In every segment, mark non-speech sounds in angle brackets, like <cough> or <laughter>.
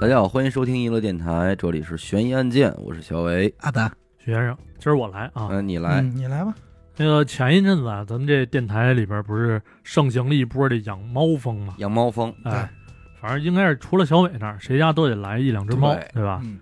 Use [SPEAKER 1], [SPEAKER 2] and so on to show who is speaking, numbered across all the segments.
[SPEAKER 1] 大家好，欢迎收听娱乐电台，这里是悬疑案件，我是小伟。
[SPEAKER 2] 阿达，
[SPEAKER 3] 许先生，今儿我来啊。
[SPEAKER 1] 嗯，你来，
[SPEAKER 2] 嗯，你来吧。
[SPEAKER 3] 那个前一阵子啊，咱们这电台里边不是盛行了一波这养猫风嘛？
[SPEAKER 1] 养猫风，
[SPEAKER 3] 哎，反正应该是除了小伟那儿，谁家都得来一两只猫
[SPEAKER 1] 对，
[SPEAKER 3] 对吧？
[SPEAKER 2] 嗯，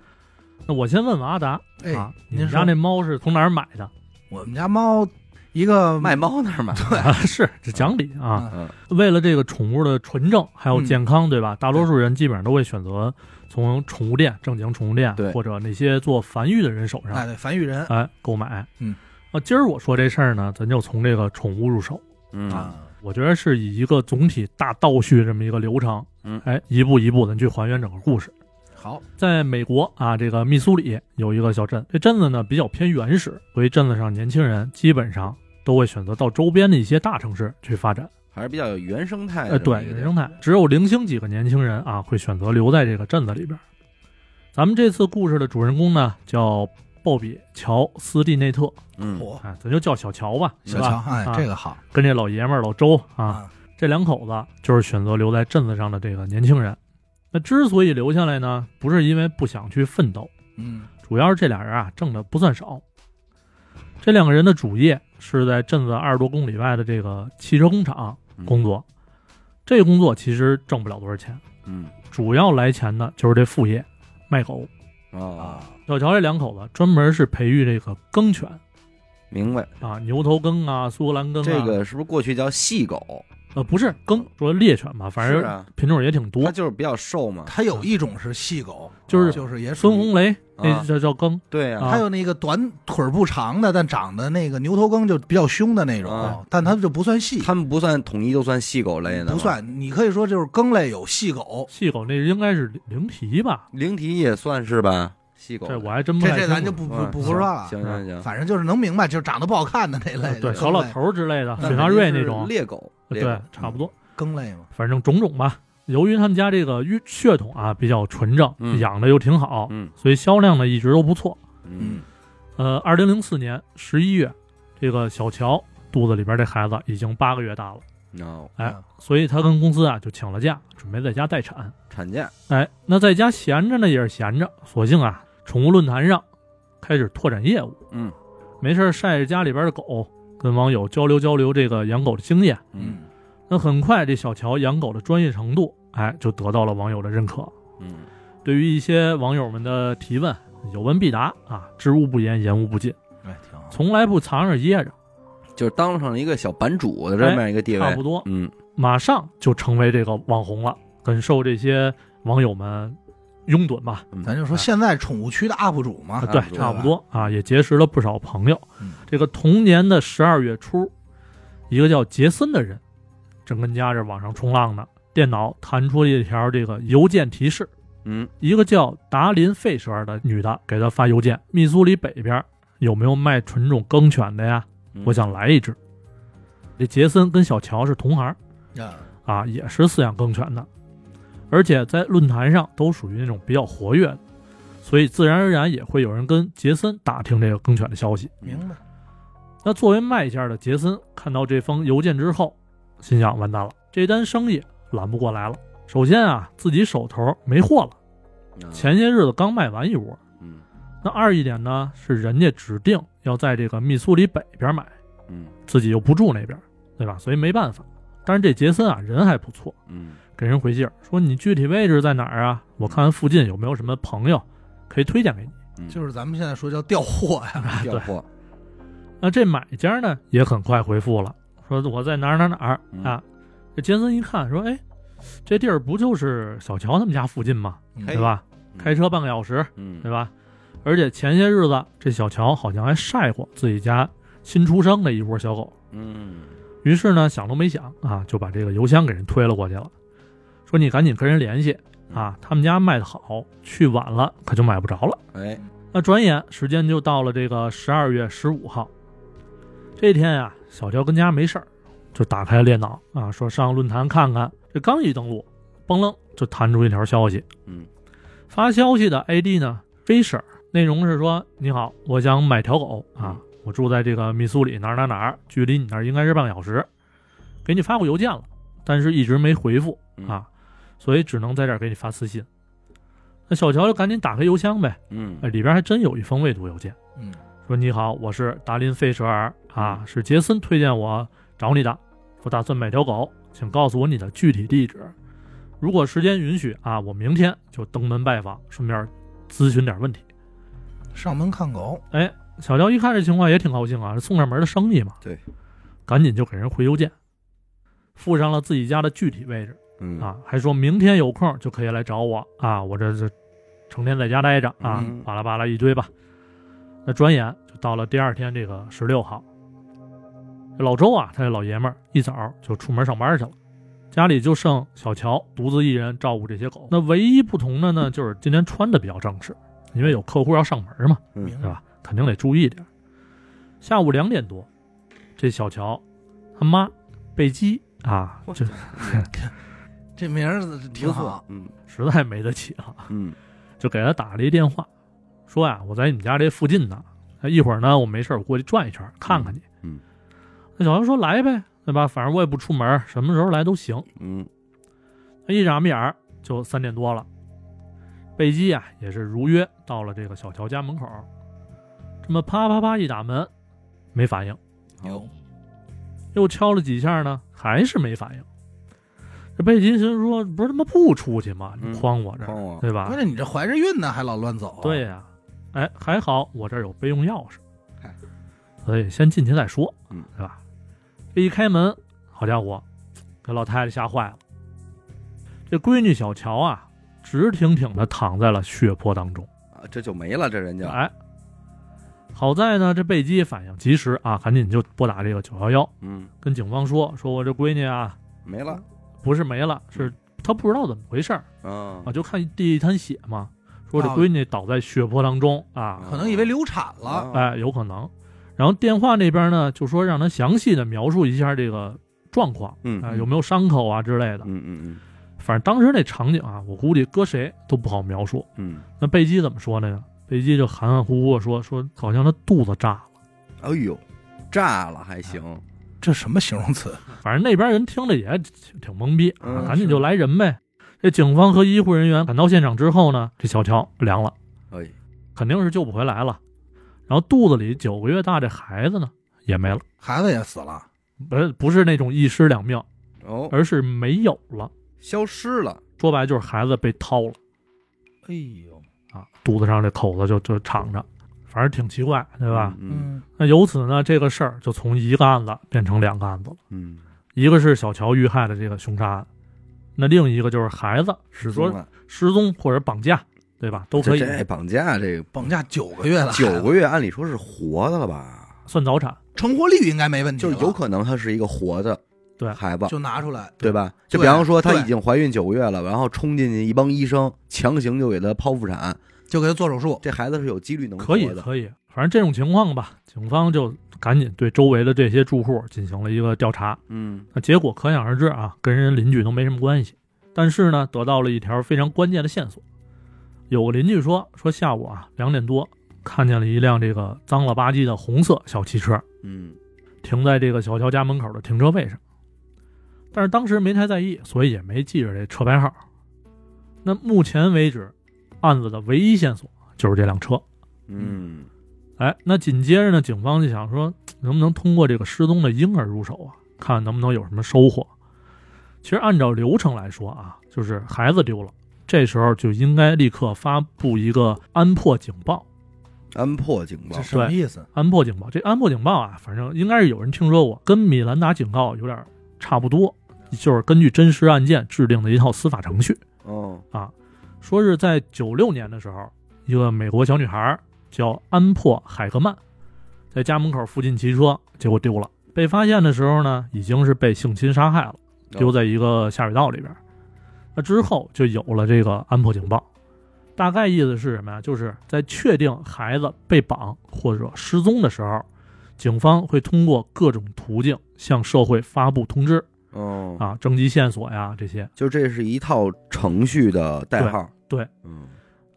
[SPEAKER 3] 那我先问问阿达
[SPEAKER 2] 哎
[SPEAKER 3] 啊，
[SPEAKER 2] 您
[SPEAKER 3] 你们家
[SPEAKER 2] 说
[SPEAKER 3] 那猫是从哪儿买的？
[SPEAKER 2] 我们家猫一
[SPEAKER 3] 嗯
[SPEAKER 2] 个
[SPEAKER 1] 卖猫那
[SPEAKER 3] <laughs>
[SPEAKER 1] 儿买。
[SPEAKER 3] 啊，是这讲理啊。
[SPEAKER 1] 嗯
[SPEAKER 3] 为了这个宠物的纯正还有
[SPEAKER 2] 嗯
[SPEAKER 3] 健康，对吧？大多数人基本上都会选择从宠物店、正经宠物店
[SPEAKER 1] 对
[SPEAKER 3] 或者那些做繁育的人手
[SPEAKER 2] 哎，
[SPEAKER 3] 上
[SPEAKER 2] 对，繁育人
[SPEAKER 3] 哎购买。
[SPEAKER 2] 嗯，
[SPEAKER 3] 啊，今儿我说这事儿呢，咱就从这个宠物入手。
[SPEAKER 1] 嗯，
[SPEAKER 2] 啊，
[SPEAKER 3] 我觉得是以一个总体大倒叙这么一个流程，
[SPEAKER 1] 嗯
[SPEAKER 3] 哎，一步一步的去还原整个故事。
[SPEAKER 2] 好，
[SPEAKER 3] 在美国啊，这个密苏里有一个小镇，这镇子呢比较偏原始，所以镇子上年轻人基本上都会选择到周边的一些大城市去发展。
[SPEAKER 1] 还是比较有原生态的
[SPEAKER 3] 呃，
[SPEAKER 1] 哎这么
[SPEAKER 3] 对，
[SPEAKER 1] 一个
[SPEAKER 3] 原
[SPEAKER 1] 地儿。
[SPEAKER 3] 生态，只有零星几个年轻人啊会选择留在这个镇子里边。咱们这次故事的主人公呢叫鲍比·乔斯蒂内特，
[SPEAKER 1] 嗯，
[SPEAKER 2] 我
[SPEAKER 3] 啊，咱就叫小乔吧，
[SPEAKER 2] 小
[SPEAKER 3] 是吧
[SPEAKER 2] 乔，哎
[SPEAKER 3] 啊，
[SPEAKER 2] 这个好
[SPEAKER 3] 跟这老爷们儿老周啊，
[SPEAKER 2] 啊，
[SPEAKER 3] 这两口子就是选择留在镇子上的这个年轻人。那之所以留下来呢，不是因为不想去奋斗，
[SPEAKER 2] 嗯，
[SPEAKER 3] 主要是这俩人啊挣的不算少。这两个人的主业是在镇子二十多公里外的这个汽车工厂
[SPEAKER 1] 嗯
[SPEAKER 3] 工作，这个工作其实挣不了多少钱，
[SPEAKER 1] 嗯
[SPEAKER 3] 主要来钱的就是这副业，卖狗。
[SPEAKER 1] 哦，
[SPEAKER 2] 啊，
[SPEAKER 3] 小乔这两口子专门是培育这个耕犬
[SPEAKER 1] 明白。
[SPEAKER 3] 啊，牛头耕啊，苏格兰耕啊，
[SPEAKER 1] 这个是不是过去叫细狗？
[SPEAKER 3] 呃不是耕，说猎犬吧，反
[SPEAKER 1] 是
[SPEAKER 3] 正
[SPEAKER 1] 啊，
[SPEAKER 3] 品种也挺多
[SPEAKER 1] 它，哦就是比较瘦嘛。
[SPEAKER 2] 它有一种是细狗，
[SPEAKER 3] 就是
[SPEAKER 2] 就是也属
[SPEAKER 3] 孙
[SPEAKER 2] 于，
[SPEAKER 3] 红雷那
[SPEAKER 1] 啊
[SPEAKER 3] 叫叫耕，
[SPEAKER 1] 对呀，
[SPEAKER 3] 啊
[SPEAKER 2] 还有那个短腿儿不长的，但长得那个牛头梗就比较凶的那
[SPEAKER 1] 啊
[SPEAKER 2] 种，但它就不算细，
[SPEAKER 1] 它们不算统一都算细狗类的吗，
[SPEAKER 2] 不算，你可以说就是耕类有细狗，
[SPEAKER 3] 细狗那应该是灵缇吧？
[SPEAKER 1] 灵缇也算是吧，细狗。
[SPEAKER 3] 这我还真不
[SPEAKER 2] 这
[SPEAKER 3] 太
[SPEAKER 2] 这
[SPEAKER 3] 清
[SPEAKER 2] 咱
[SPEAKER 3] 楚
[SPEAKER 2] 就不不
[SPEAKER 1] 嗯
[SPEAKER 2] 不说
[SPEAKER 3] 啊
[SPEAKER 2] 了，
[SPEAKER 1] 行行行，
[SPEAKER 2] 反正就是能明白，就是长得不好看的那类
[SPEAKER 3] 呃
[SPEAKER 2] 的，
[SPEAKER 3] 对
[SPEAKER 2] 就嗯
[SPEAKER 3] 小老头儿之类的，雪纳瑞那种，
[SPEAKER 1] 猎狗，猎
[SPEAKER 3] 对
[SPEAKER 1] 狗，
[SPEAKER 3] 差不多，
[SPEAKER 2] 耕类嘛，
[SPEAKER 3] 反正种种吧。由于他们家这个血血统啊比较纯正，
[SPEAKER 1] 嗯
[SPEAKER 3] 养的又挺好，
[SPEAKER 1] 嗯
[SPEAKER 3] 所以销量呢一直都不错。
[SPEAKER 1] 嗯，
[SPEAKER 3] 呃，二零零四年十一月，这个小乔肚子里边这孩子已经八个月大了，
[SPEAKER 1] no
[SPEAKER 3] 哎
[SPEAKER 2] 嗯，
[SPEAKER 3] 所以他跟公司啊就请了假，准备在家待产。
[SPEAKER 1] 产假，
[SPEAKER 3] 哎，那在家闲着呢也是闲着，索性啊，宠物论坛上开始拓展业务。
[SPEAKER 1] 嗯
[SPEAKER 3] 没事儿晒晒家里边的狗，跟网友交流交流这个养狗的经验。
[SPEAKER 1] 嗯
[SPEAKER 3] 那很快，这小乔养狗的专业程度，哎，就得到了网友的认可。
[SPEAKER 1] 嗯
[SPEAKER 3] 对于一些网友们的提问，有问必答啊，知无不言，言无不尽，
[SPEAKER 2] 哎，挺好，
[SPEAKER 3] 从来不藏着掖着，
[SPEAKER 1] 就是当上了一个小版主的这么样一个地位，
[SPEAKER 3] 差不多，
[SPEAKER 1] 嗯
[SPEAKER 3] 马上就成为这个网红了，很受这些网友们拥趸吧。
[SPEAKER 1] 嗯，
[SPEAKER 2] 咱就说现在宠物区的 UP 主嘛
[SPEAKER 3] 啊，，
[SPEAKER 1] 差
[SPEAKER 3] 对
[SPEAKER 1] 不，多
[SPEAKER 3] 差
[SPEAKER 2] 吧
[SPEAKER 3] 不多啊，也结识了不少朋友
[SPEAKER 2] 嗯。
[SPEAKER 3] 这个同年的十二月初，一个叫杰森的人，正跟家这网上冲浪呢，电脑弹出了一条这个邮件提示，
[SPEAKER 1] 嗯
[SPEAKER 3] 一个叫达林费舍尔的女的给他发邮件，密苏里北边有没有卖纯种耕犬的呀？
[SPEAKER 1] 嗯
[SPEAKER 3] 我想来一只。这杰森跟小乔是同行
[SPEAKER 2] 啊
[SPEAKER 3] 啊，也是饲养耕犬的，而且在论坛上都属于那种比较活跃的，所以自然而然也会有人跟杰森打听这个耕犬的消息。
[SPEAKER 2] 明白。
[SPEAKER 3] 那作为卖家的杰森看到这封邮件之后，心想完蛋了，这单生意揽不过来了。首先啊，自己手头没货
[SPEAKER 1] 啊
[SPEAKER 3] 了，前些日子刚卖完一窝。
[SPEAKER 1] 嗯
[SPEAKER 3] 那二一点呢，是人家指定要在这个密苏里北边买，
[SPEAKER 1] 嗯
[SPEAKER 3] 自己又不住那边，对吧？所以没办法。但是这杰森啊，人还不错，
[SPEAKER 1] 嗯
[SPEAKER 3] 给人回信儿说你具体位置在哪儿啊？我看看附近有没有什么朋友可以推荐给你。
[SPEAKER 1] 嗯，
[SPEAKER 2] 就是是咱们现在说叫调货呀，
[SPEAKER 1] 调货，
[SPEAKER 3] 那这买家呢也很快回复了，说我在哪儿哪儿哪儿
[SPEAKER 1] 嗯
[SPEAKER 3] 啊。这杰森一看说，哎，这地儿不就是小乔他们家附近吗？
[SPEAKER 1] 哎
[SPEAKER 3] 对吧？
[SPEAKER 1] 嗯
[SPEAKER 3] 开车半个小时，
[SPEAKER 1] 嗯
[SPEAKER 3] 对吧？而且前些日子这小乔好像还晒过自己家新出生的一窝小狗，
[SPEAKER 1] 嗯
[SPEAKER 3] 于是呢想都没想啊，就把这个邮箱给人推了过去了，说你赶紧跟人联系啊，他们家卖的好，去晚了可就买不着了。
[SPEAKER 1] 哎
[SPEAKER 3] 那转眼时间就到了这个十二月十五号，这天啊，小乔跟家没事儿，就打开了电脑啊，说上论坛看看。这刚一登录，嘣楞就弹出一条消息，
[SPEAKER 1] 嗯
[SPEAKER 3] 发消息的 ID 呢 Fisher，内容是说：“你好，我想买条狗啊
[SPEAKER 1] 嗯，
[SPEAKER 3] 我住在这个密苏里哪儿哪儿哪儿，距离你那儿应该是半个小时，给你发过邮件了，但是一直没回复
[SPEAKER 1] 嗯
[SPEAKER 3] 啊，所以只能在这儿给你发私信。”那小乔就赶紧打开邮箱呗，
[SPEAKER 1] 嗯
[SPEAKER 3] 哎，里边还真有一封未读邮件，
[SPEAKER 2] 嗯
[SPEAKER 3] 说你好，我是达林费舍尔啊，是杰森推荐我找你的，我打算买条狗，请告诉我你的具体地址。如果时间允许啊，我明天就登门拜访，顺便咨询点问题。
[SPEAKER 2] 上门看狗，
[SPEAKER 3] 哎，小乔一看这情况也挺高兴啊，是送上门的生意嘛。
[SPEAKER 1] 对，
[SPEAKER 3] 赶紧就给人回邮件，附上了自己家的具体位置
[SPEAKER 1] 嗯
[SPEAKER 3] 啊，还说明天有空就可以来找我啊，我这这成天在家待着啊
[SPEAKER 1] 嗯，
[SPEAKER 3] 巴拉巴拉一堆吧。那转眼就到了第二天这个十六号，这老周啊，他这老爷们儿一早就出门上班去了。家里就剩小乔独自一人照顾这些狗。那唯一不同的呢，就是今天穿的比较正式，因为有客户要上门嘛。
[SPEAKER 1] 嗯
[SPEAKER 2] 明
[SPEAKER 3] 对
[SPEAKER 2] 白？
[SPEAKER 3] 吧？肯定得注意点儿。下午两点多，这小乔他妈贝基啊，这
[SPEAKER 2] 这名儿挺好，
[SPEAKER 1] 嗯
[SPEAKER 3] 实在没得起了，
[SPEAKER 1] 嗯
[SPEAKER 3] 就给他打了一电话，说呀，我在你们家这附近呢，一会儿呢我没事儿我过去转一圈儿看看你。
[SPEAKER 1] 嗯嗯
[SPEAKER 3] 那小乔说来呗，对吧？反正我也不出门儿，什么时候来都行。
[SPEAKER 1] 嗯
[SPEAKER 3] 一眨眼儿就三点多了，贝基啊也是如约到了这个小乔家门口儿，这么啪啪啪一打门，没反应。
[SPEAKER 1] 有
[SPEAKER 2] 嗯
[SPEAKER 3] 又敲了几下呢，还是没反应。这贝金心说：“不是他妈不出去吗？
[SPEAKER 1] 嗯
[SPEAKER 3] 你诓我这儿，
[SPEAKER 1] 帮我
[SPEAKER 3] 对吧
[SPEAKER 2] 关？键你这怀着孕呢，还老乱走，啊
[SPEAKER 3] 对，呀、哎，还好我这儿有备用钥匙
[SPEAKER 2] 哎，
[SPEAKER 3] 所以先进去再说，
[SPEAKER 1] 嗯
[SPEAKER 3] 对吧？这一开门，好家伙，给老太太吓坏了。这闺女小乔啊，直挺挺的躺在了血泊当中。
[SPEAKER 1] 啊，这就没了，这人家
[SPEAKER 3] 哎，好在呢，这贝基反应及时啊，赶紧就拨打这个九幺幺，
[SPEAKER 1] 嗯
[SPEAKER 3] 跟警方说：说我这闺女啊，
[SPEAKER 1] 没了
[SPEAKER 3] 不是没了，是他不知道怎么回事儿
[SPEAKER 1] 啊
[SPEAKER 3] 啊，就看地一滩血嘛，说这
[SPEAKER 2] 啊
[SPEAKER 3] 闺女倒在血泊当中啊，
[SPEAKER 2] 可能以为流产
[SPEAKER 1] 啊
[SPEAKER 2] 了，
[SPEAKER 3] 哎，有可能。然后电话那边呢，就说让他详细的描述一下这个状况
[SPEAKER 1] 嗯
[SPEAKER 3] 啊，有没有伤口啊之类的。
[SPEAKER 1] 嗯嗯
[SPEAKER 3] 反正当时那场景啊，我估计搁谁都不好描述。
[SPEAKER 1] 嗯
[SPEAKER 3] 那贝基怎么说的呢？贝基就含含糊糊地说说，好像他肚子炸了。
[SPEAKER 1] 嗯，哎呦，炸了还行，
[SPEAKER 2] 这什么形容词？
[SPEAKER 3] 反正那边人听着也挺挺懵逼，啊
[SPEAKER 1] 嗯
[SPEAKER 3] 赶紧就来人呗。这警方和医护人员赶到现场之后呢，这小乔凉了。
[SPEAKER 1] 哎
[SPEAKER 3] 肯定是救不回来了。然后肚子里九个月大这孩子呢也没了，
[SPEAKER 2] 孩子也死了，
[SPEAKER 3] 不是不是那种一尸两命，
[SPEAKER 1] 哦，
[SPEAKER 3] 而是没有了。
[SPEAKER 1] 消失了，
[SPEAKER 3] 说白了就是孩子被掏了
[SPEAKER 2] 哎呦，
[SPEAKER 3] 啊，肚子上这口子就就敞着，反正挺奇怪，对吧？
[SPEAKER 1] 嗯？
[SPEAKER 3] 那由此呢，这个事儿就从一个案子变成两个案子了，
[SPEAKER 1] 嗯嗯，
[SPEAKER 3] 一个是小乔遇害的这个凶杀案，那另一个就是孩子
[SPEAKER 1] 失踪了，
[SPEAKER 3] 失踪或者绑架，对吧？都可以
[SPEAKER 1] 这这绑架这个
[SPEAKER 2] 绑架九个月
[SPEAKER 3] <laughs>
[SPEAKER 2] 了，
[SPEAKER 1] 九
[SPEAKER 2] 孩子
[SPEAKER 1] 个月，按理说是活的了吧？
[SPEAKER 3] 算早产，
[SPEAKER 2] 成活率应该
[SPEAKER 3] 嗯
[SPEAKER 2] 没问题
[SPEAKER 1] 就
[SPEAKER 2] 了，
[SPEAKER 1] 是有可能他是一个活的
[SPEAKER 3] 对
[SPEAKER 1] 孩子，
[SPEAKER 2] 就拿出来，
[SPEAKER 1] 对吧？就
[SPEAKER 2] 对
[SPEAKER 1] 比方说她
[SPEAKER 2] 对
[SPEAKER 1] 已经怀孕九个月了，然后冲进去一帮医生强行就给她剖腹产，
[SPEAKER 2] 就给他做手术，
[SPEAKER 1] 这孩子是有几率能
[SPEAKER 3] 可以
[SPEAKER 1] 活的。
[SPEAKER 3] 可以，反正这种情况吧，警方就赶紧对周围的这些住户进行了一个调查。
[SPEAKER 1] 嗯
[SPEAKER 3] 那结果可想而知啊，跟人邻居都没什么关系。但是呢，得到了一条非常关键的线索。有个邻居说，说下午啊两点多，看见了一辆这个脏了吧唧的红色小汽车
[SPEAKER 1] 嗯
[SPEAKER 3] 停在这个小乔家门口的停车位上，但是当时没太在意，所以也没记着这车牌号。那目前为止，案子的唯一线索就是这辆车。
[SPEAKER 1] 嗯
[SPEAKER 3] 哎，那紧接着呢，警方就想说，能不能通过这个失踪的婴儿入手啊，看能不能有什么收获。其实按照流程来说啊，就是孩子丢了，这时候就应该立刻发布一个安破警报。
[SPEAKER 1] 安破警报
[SPEAKER 2] 这，什么意思？
[SPEAKER 3] 安破警报，这安破警报啊，反正应该是有人听说过，跟米兰达警告有点差不多，就是根据真实案件制定的一套司法程序。
[SPEAKER 1] 哦，
[SPEAKER 3] 说是在九六年的时候，一个美国小女孩叫安珀·海格曼，在家门口附近骑车，结果丢了。被发现的时候呢，已经是被性侵杀害了，丢在一个下水道里边。那之后就有了这个安珀警报。大概意思是什么呀？就是在确定孩子被绑或者失踪的时候，啊警方会通过各种途径向社会发布通知
[SPEAKER 1] 哦，
[SPEAKER 3] 啊，征集线索呀这些。
[SPEAKER 1] 就这是一套程序的代号，
[SPEAKER 3] 对对
[SPEAKER 1] 嗯，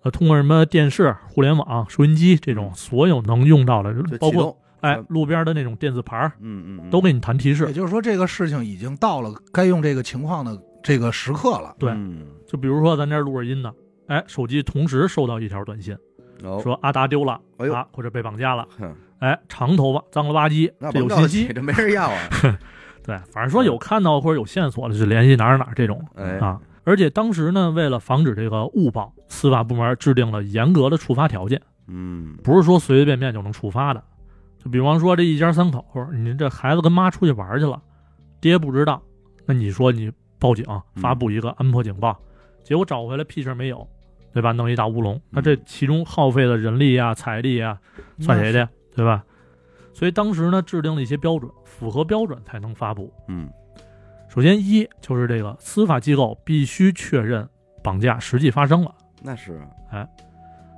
[SPEAKER 3] 呃，通过什么电视、互联网、收音机这种所有能用到的，
[SPEAKER 1] 就
[SPEAKER 3] 包
[SPEAKER 1] 启
[SPEAKER 3] 括
[SPEAKER 1] 动，
[SPEAKER 3] 哎
[SPEAKER 1] 嗯
[SPEAKER 3] 路边的那种电子牌儿，
[SPEAKER 1] 嗯嗯，
[SPEAKER 3] 都给你弹提
[SPEAKER 2] 也
[SPEAKER 3] 示。
[SPEAKER 2] 就是说，这个事情已经到了该用这个情况的这个时刻了。
[SPEAKER 3] 对
[SPEAKER 1] 嗯
[SPEAKER 3] 就比如说咱这儿录着音呢，哎，手机同时收到一条短信，
[SPEAKER 1] 哦，
[SPEAKER 3] 说阿达丢了，
[SPEAKER 1] 哎呦
[SPEAKER 3] 啊，或者被绑架了，
[SPEAKER 1] 哼
[SPEAKER 3] 哎，长头发，脏了吧唧
[SPEAKER 1] 那，
[SPEAKER 3] 这
[SPEAKER 1] 甭
[SPEAKER 3] 有
[SPEAKER 1] 告
[SPEAKER 3] 信
[SPEAKER 1] 你，
[SPEAKER 3] 息，
[SPEAKER 1] 这没人要
[SPEAKER 3] <laughs>
[SPEAKER 1] 啊。
[SPEAKER 3] 对，反正说有看到或者有线索的，就联系哪儿哪儿这种
[SPEAKER 1] 哎，
[SPEAKER 3] 啊。而且当时呢，为了防止这个误报，司法部门制定了严格的处罚条件，
[SPEAKER 1] 嗯，
[SPEAKER 3] 不是说随随便便就能处罚的。就比方说这一家三口，你这孩子跟妈出去玩去了，爹不知道，那你说你报警发布一个安破警报，结果找回来屁事儿没有，对吧？弄一大乌龙，那这其中耗费的人力啊、财力啊，算谁的呀？对吧？所以当时呢，制定了一些标准，符合标准才能发布。
[SPEAKER 1] 嗯，
[SPEAKER 3] 首先一就是这个司法机构必须确认绑架实际发生了。
[SPEAKER 1] 那是啊，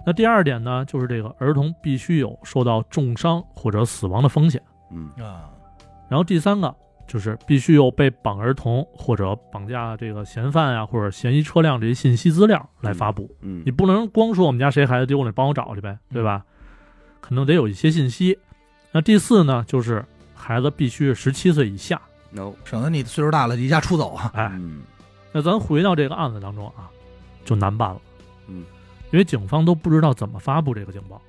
[SPEAKER 3] 那第二点呢，就是这个儿童必须有受到重伤或者死亡的风险。
[SPEAKER 1] 嗯
[SPEAKER 2] 啊，
[SPEAKER 3] 然后第三个就是必须有被绑儿童或者绑架这个嫌犯啊或者嫌疑车辆这些信息资料来发布。
[SPEAKER 1] 嗯
[SPEAKER 3] 你，不能光说我们家谁孩子丢了，你帮我找去呗，对吧？可能得有一些信息。那第四呢，就是孩子必须是十七岁以下。
[SPEAKER 1] no，
[SPEAKER 2] 省得你岁数大了离家出走啊。
[SPEAKER 3] 哎，
[SPEAKER 1] 嗯
[SPEAKER 3] 那咱回到这个案子当中啊，就难办了。
[SPEAKER 1] 嗯，
[SPEAKER 3] 因为警方都不知道怎么发布这个警报，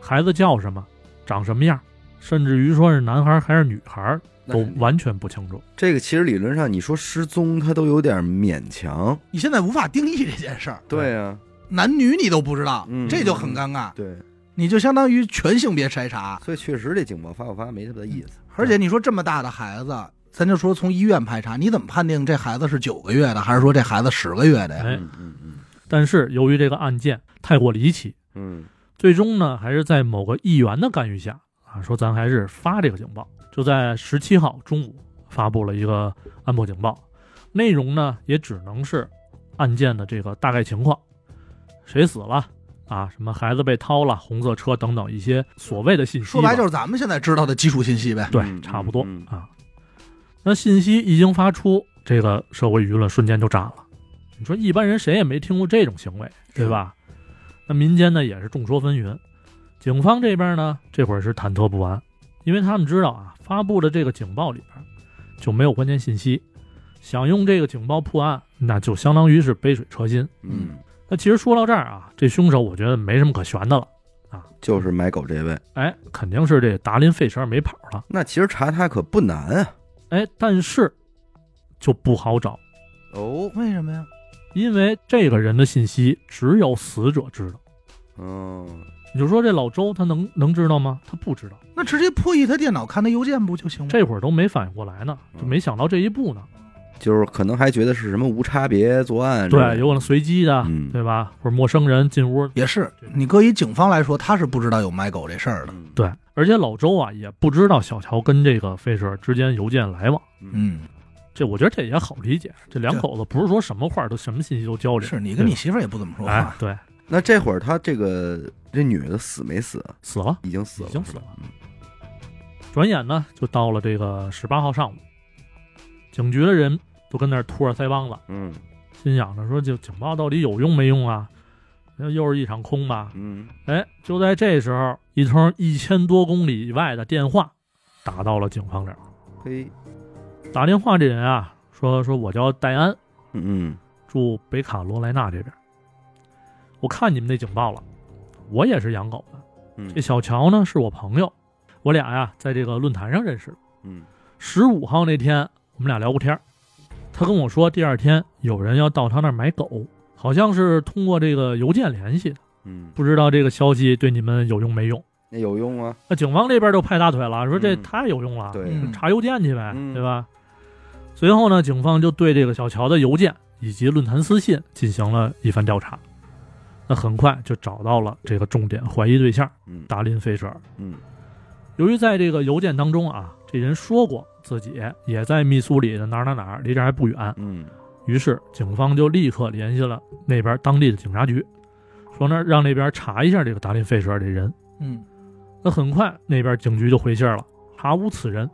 [SPEAKER 3] 孩子叫什么，长什么样，甚至于说是男孩还是女孩
[SPEAKER 1] 那
[SPEAKER 3] 都
[SPEAKER 1] 肯定
[SPEAKER 3] 完全不清楚。
[SPEAKER 1] 这个其实理论上你说失踪，它都有点勉强。
[SPEAKER 2] 你现在无法定义这件事儿，
[SPEAKER 1] 对啊，
[SPEAKER 2] 男女你都不知道
[SPEAKER 1] 嗯，
[SPEAKER 2] 这就很尴尬。
[SPEAKER 1] 对，
[SPEAKER 3] 啊
[SPEAKER 2] 你就相当于全性别筛查，
[SPEAKER 1] 所以确实这警报发不发没什么意思。
[SPEAKER 2] 而且你说这么大的孩子，咱就说从医院排查，你怎么判定这孩子是九个月的，还是说这孩子十个月的呀？
[SPEAKER 3] 哎，
[SPEAKER 1] 嗯嗯嗯
[SPEAKER 3] 但是由于这个案件太过离奇，
[SPEAKER 1] 嗯，
[SPEAKER 3] 最终呢还是在某个议员的干预下啊，说咱还是发这个警报，就在十七号中午发布了一个安保警报，内容呢也只能是案件的这个大概情况，谁死了啊，什么孩子被掏了，红色车等等一些所谓的信息吧。
[SPEAKER 2] 说白就是咱们现在知道的基础信息呗。
[SPEAKER 3] 对，
[SPEAKER 1] 嗯
[SPEAKER 3] 差不多、
[SPEAKER 1] 嗯
[SPEAKER 3] 啊。那信息一经发出，这个社会舆论瞬间就炸了。你说一般人谁也没听过这种行为，对吧？那民间呢也是众说纷纭，警方这边呢这会儿是忐忑不安，因为他们知道啊，发布的这个警报里边就没有关键信息，想用这个警报破案，那就相当于是杯水车薪。
[SPEAKER 1] 嗯，
[SPEAKER 3] 那其实说到这儿啊，这凶手我觉得没什么可悬的了，
[SPEAKER 1] 就是买狗这位，
[SPEAKER 3] 哎，肯定是这达林费舍尔没跑了。
[SPEAKER 1] 那其实查他可不难啊。
[SPEAKER 3] 哎，但是就不好找，
[SPEAKER 1] 哦，
[SPEAKER 2] 为什么呀？
[SPEAKER 3] 因为这个人的信息只有死者知道。
[SPEAKER 1] 嗯，
[SPEAKER 3] 你就说这老周他能能知道吗？他不知道，
[SPEAKER 2] 那直接破译他电脑看他邮件不就行吗？
[SPEAKER 3] 这会儿都没反应过来呢，就没想到这一步呢。
[SPEAKER 1] 就是可能还觉得是什么无差别作案之类的，
[SPEAKER 3] 对，有可能随机的，
[SPEAKER 1] 嗯
[SPEAKER 3] 对吧？或者陌生人进屋，
[SPEAKER 2] 也是，你搁一警方来说，他是不知道有买狗这事儿的。
[SPEAKER 1] 嗯，
[SPEAKER 3] 对。而且老周啊也不知道小乔跟这个费舍尔之间邮件来往，
[SPEAKER 2] 嗯，
[SPEAKER 3] 这我觉得这也好理解。这两口子不是说什么话都什么信息都交流，
[SPEAKER 2] 是你跟你媳妇儿也不怎么
[SPEAKER 3] 对
[SPEAKER 2] 说
[SPEAKER 3] 吧哎
[SPEAKER 2] 话，
[SPEAKER 3] 对
[SPEAKER 1] 那这会儿他这个这女的死没死？啊
[SPEAKER 3] 死了。
[SPEAKER 1] 已经死了，
[SPEAKER 3] 已经死
[SPEAKER 1] 是吧
[SPEAKER 3] 了。转眼呢，就到了这个十八号上午，警局的人都跟那儿托着腮帮子，
[SPEAKER 1] 嗯
[SPEAKER 3] 心想着说：“这警报到底有用没用啊？那又是一场空吧
[SPEAKER 1] 嗯，？”
[SPEAKER 3] 哎，就在这时候，一通一千多公里以外的电话打到了警方这儿。
[SPEAKER 1] 嘿，
[SPEAKER 3] 打电话这人啊，说：“说我叫戴安，
[SPEAKER 1] 嗯
[SPEAKER 3] 住北卡罗来纳这边。我看你们那警报了，我也是养狗的。
[SPEAKER 1] 嗯
[SPEAKER 3] 这小乔呢是我朋友，我俩呀、在这个论坛上认识的。
[SPEAKER 1] 嗯
[SPEAKER 3] 十五号那天，我们俩聊过天儿，他跟我说第二天有人要到他那儿买狗，好像是通过这个邮件联系的，
[SPEAKER 1] 嗯，
[SPEAKER 3] 不知道这个消息对你们有用没用。
[SPEAKER 1] 那有用吗？
[SPEAKER 3] 那警方这边就拍大腿了，说这
[SPEAKER 1] 嗯
[SPEAKER 3] 太有用了，
[SPEAKER 1] 对
[SPEAKER 2] 嗯
[SPEAKER 3] 查邮件去呗，
[SPEAKER 1] 嗯
[SPEAKER 3] 对吧？随后呢，警方就对这个小乔的邮件以及论坛私信进行了一番调查，那很快就找到了这个重点怀疑对象
[SPEAKER 1] 嗯
[SPEAKER 3] 达林费舍尔。
[SPEAKER 1] 嗯
[SPEAKER 3] 由于在这个邮件当中啊，这人说过自己也在密苏里的哪儿哪儿哪儿，离这儿还不远，
[SPEAKER 1] 嗯
[SPEAKER 3] 于是警方就立刻联系了那边当地的警察局，说那让那边查一下这个达林费舍尔这人。
[SPEAKER 2] 嗯，
[SPEAKER 3] 那很快那边警局就回信儿了，查无此人。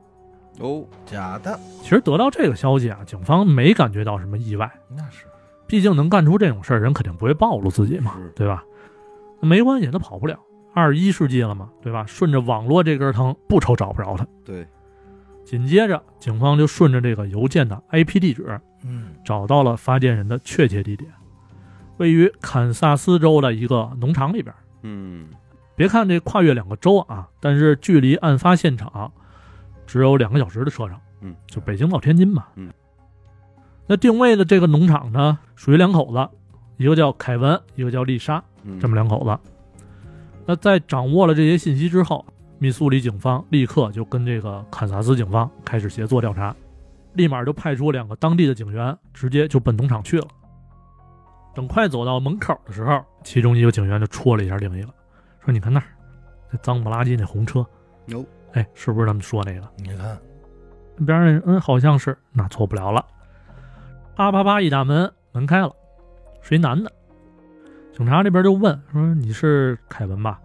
[SPEAKER 1] 哦，
[SPEAKER 2] 假的，
[SPEAKER 3] 其实得到这个消息啊，警方没感觉到什么意外，
[SPEAKER 2] 那是
[SPEAKER 3] 毕竟能干出这种事儿，人肯定不会暴露自己嘛
[SPEAKER 1] 是，
[SPEAKER 3] 对吧？那没关系，他跑不了，二十一世纪了嘛，对吧？顺着网络这根藤，不愁找不着他。
[SPEAKER 1] 对，
[SPEAKER 3] 紧接着，警方就顺着这个邮件的 IP 地址
[SPEAKER 2] 嗯，
[SPEAKER 3] 找到了发件人的确切地点，位于堪萨斯州的一个农场里边。
[SPEAKER 1] 嗯
[SPEAKER 3] 别看这跨越两个州啊，但是距离案发现场只有两个小时的车程，
[SPEAKER 1] 嗯，
[SPEAKER 3] 就北京到天津嘛。
[SPEAKER 1] 嗯，
[SPEAKER 3] 那定位的这个农场呢，属于两口子，一个叫凯文，一个叫丽莎，
[SPEAKER 1] 嗯
[SPEAKER 3] 这么两口子。那在掌握了这些信息之后，密苏里警方立刻就跟这个堪萨斯警方开始协作调查，立马就派出两个当地的警员，直接就奔农场去了。等快走到门口的时候，其中一个警员就戳了一下另一个，说：“你看那儿，那脏不拉几那红车，
[SPEAKER 1] 有
[SPEAKER 3] 哎，是不是他们说那个？”
[SPEAKER 2] 你看，
[SPEAKER 3] 那边人嗯，好像是，那错不了了。啪啪啪一打门，门开了，是一男的。警察这边就问说：“你是凯文吧？”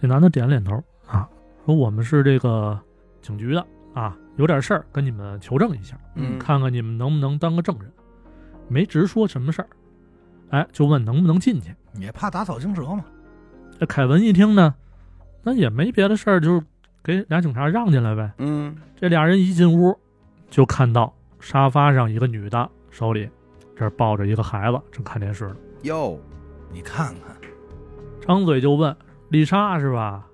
[SPEAKER 3] 这男的点了点头啊，说：“我们是这个警局的啊，有点事儿跟你们求证一下，
[SPEAKER 1] 嗯
[SPEAKER 3] 看看你们能不能当个证人。”没直说什么事儿，哎，就问能不能进去。
[SPEAKER 2] 也怕打草惊蛇嘛。
[SPEAKER 3] 这凯文一听呢，那也没别的事儿，就是给俩警察让进来呗。
[SPEAKER 1] 嗯
[SPEAKER 3] 这俩人一进屋，就看到沙发上一个女的手里这儿抱着一个孩子，正看电视呢，
[SPEAKER 1] 哟
[SPEAKER 2] 你看看，
[SPEAKER 3] 张嘴就问：“丽莎是吧？”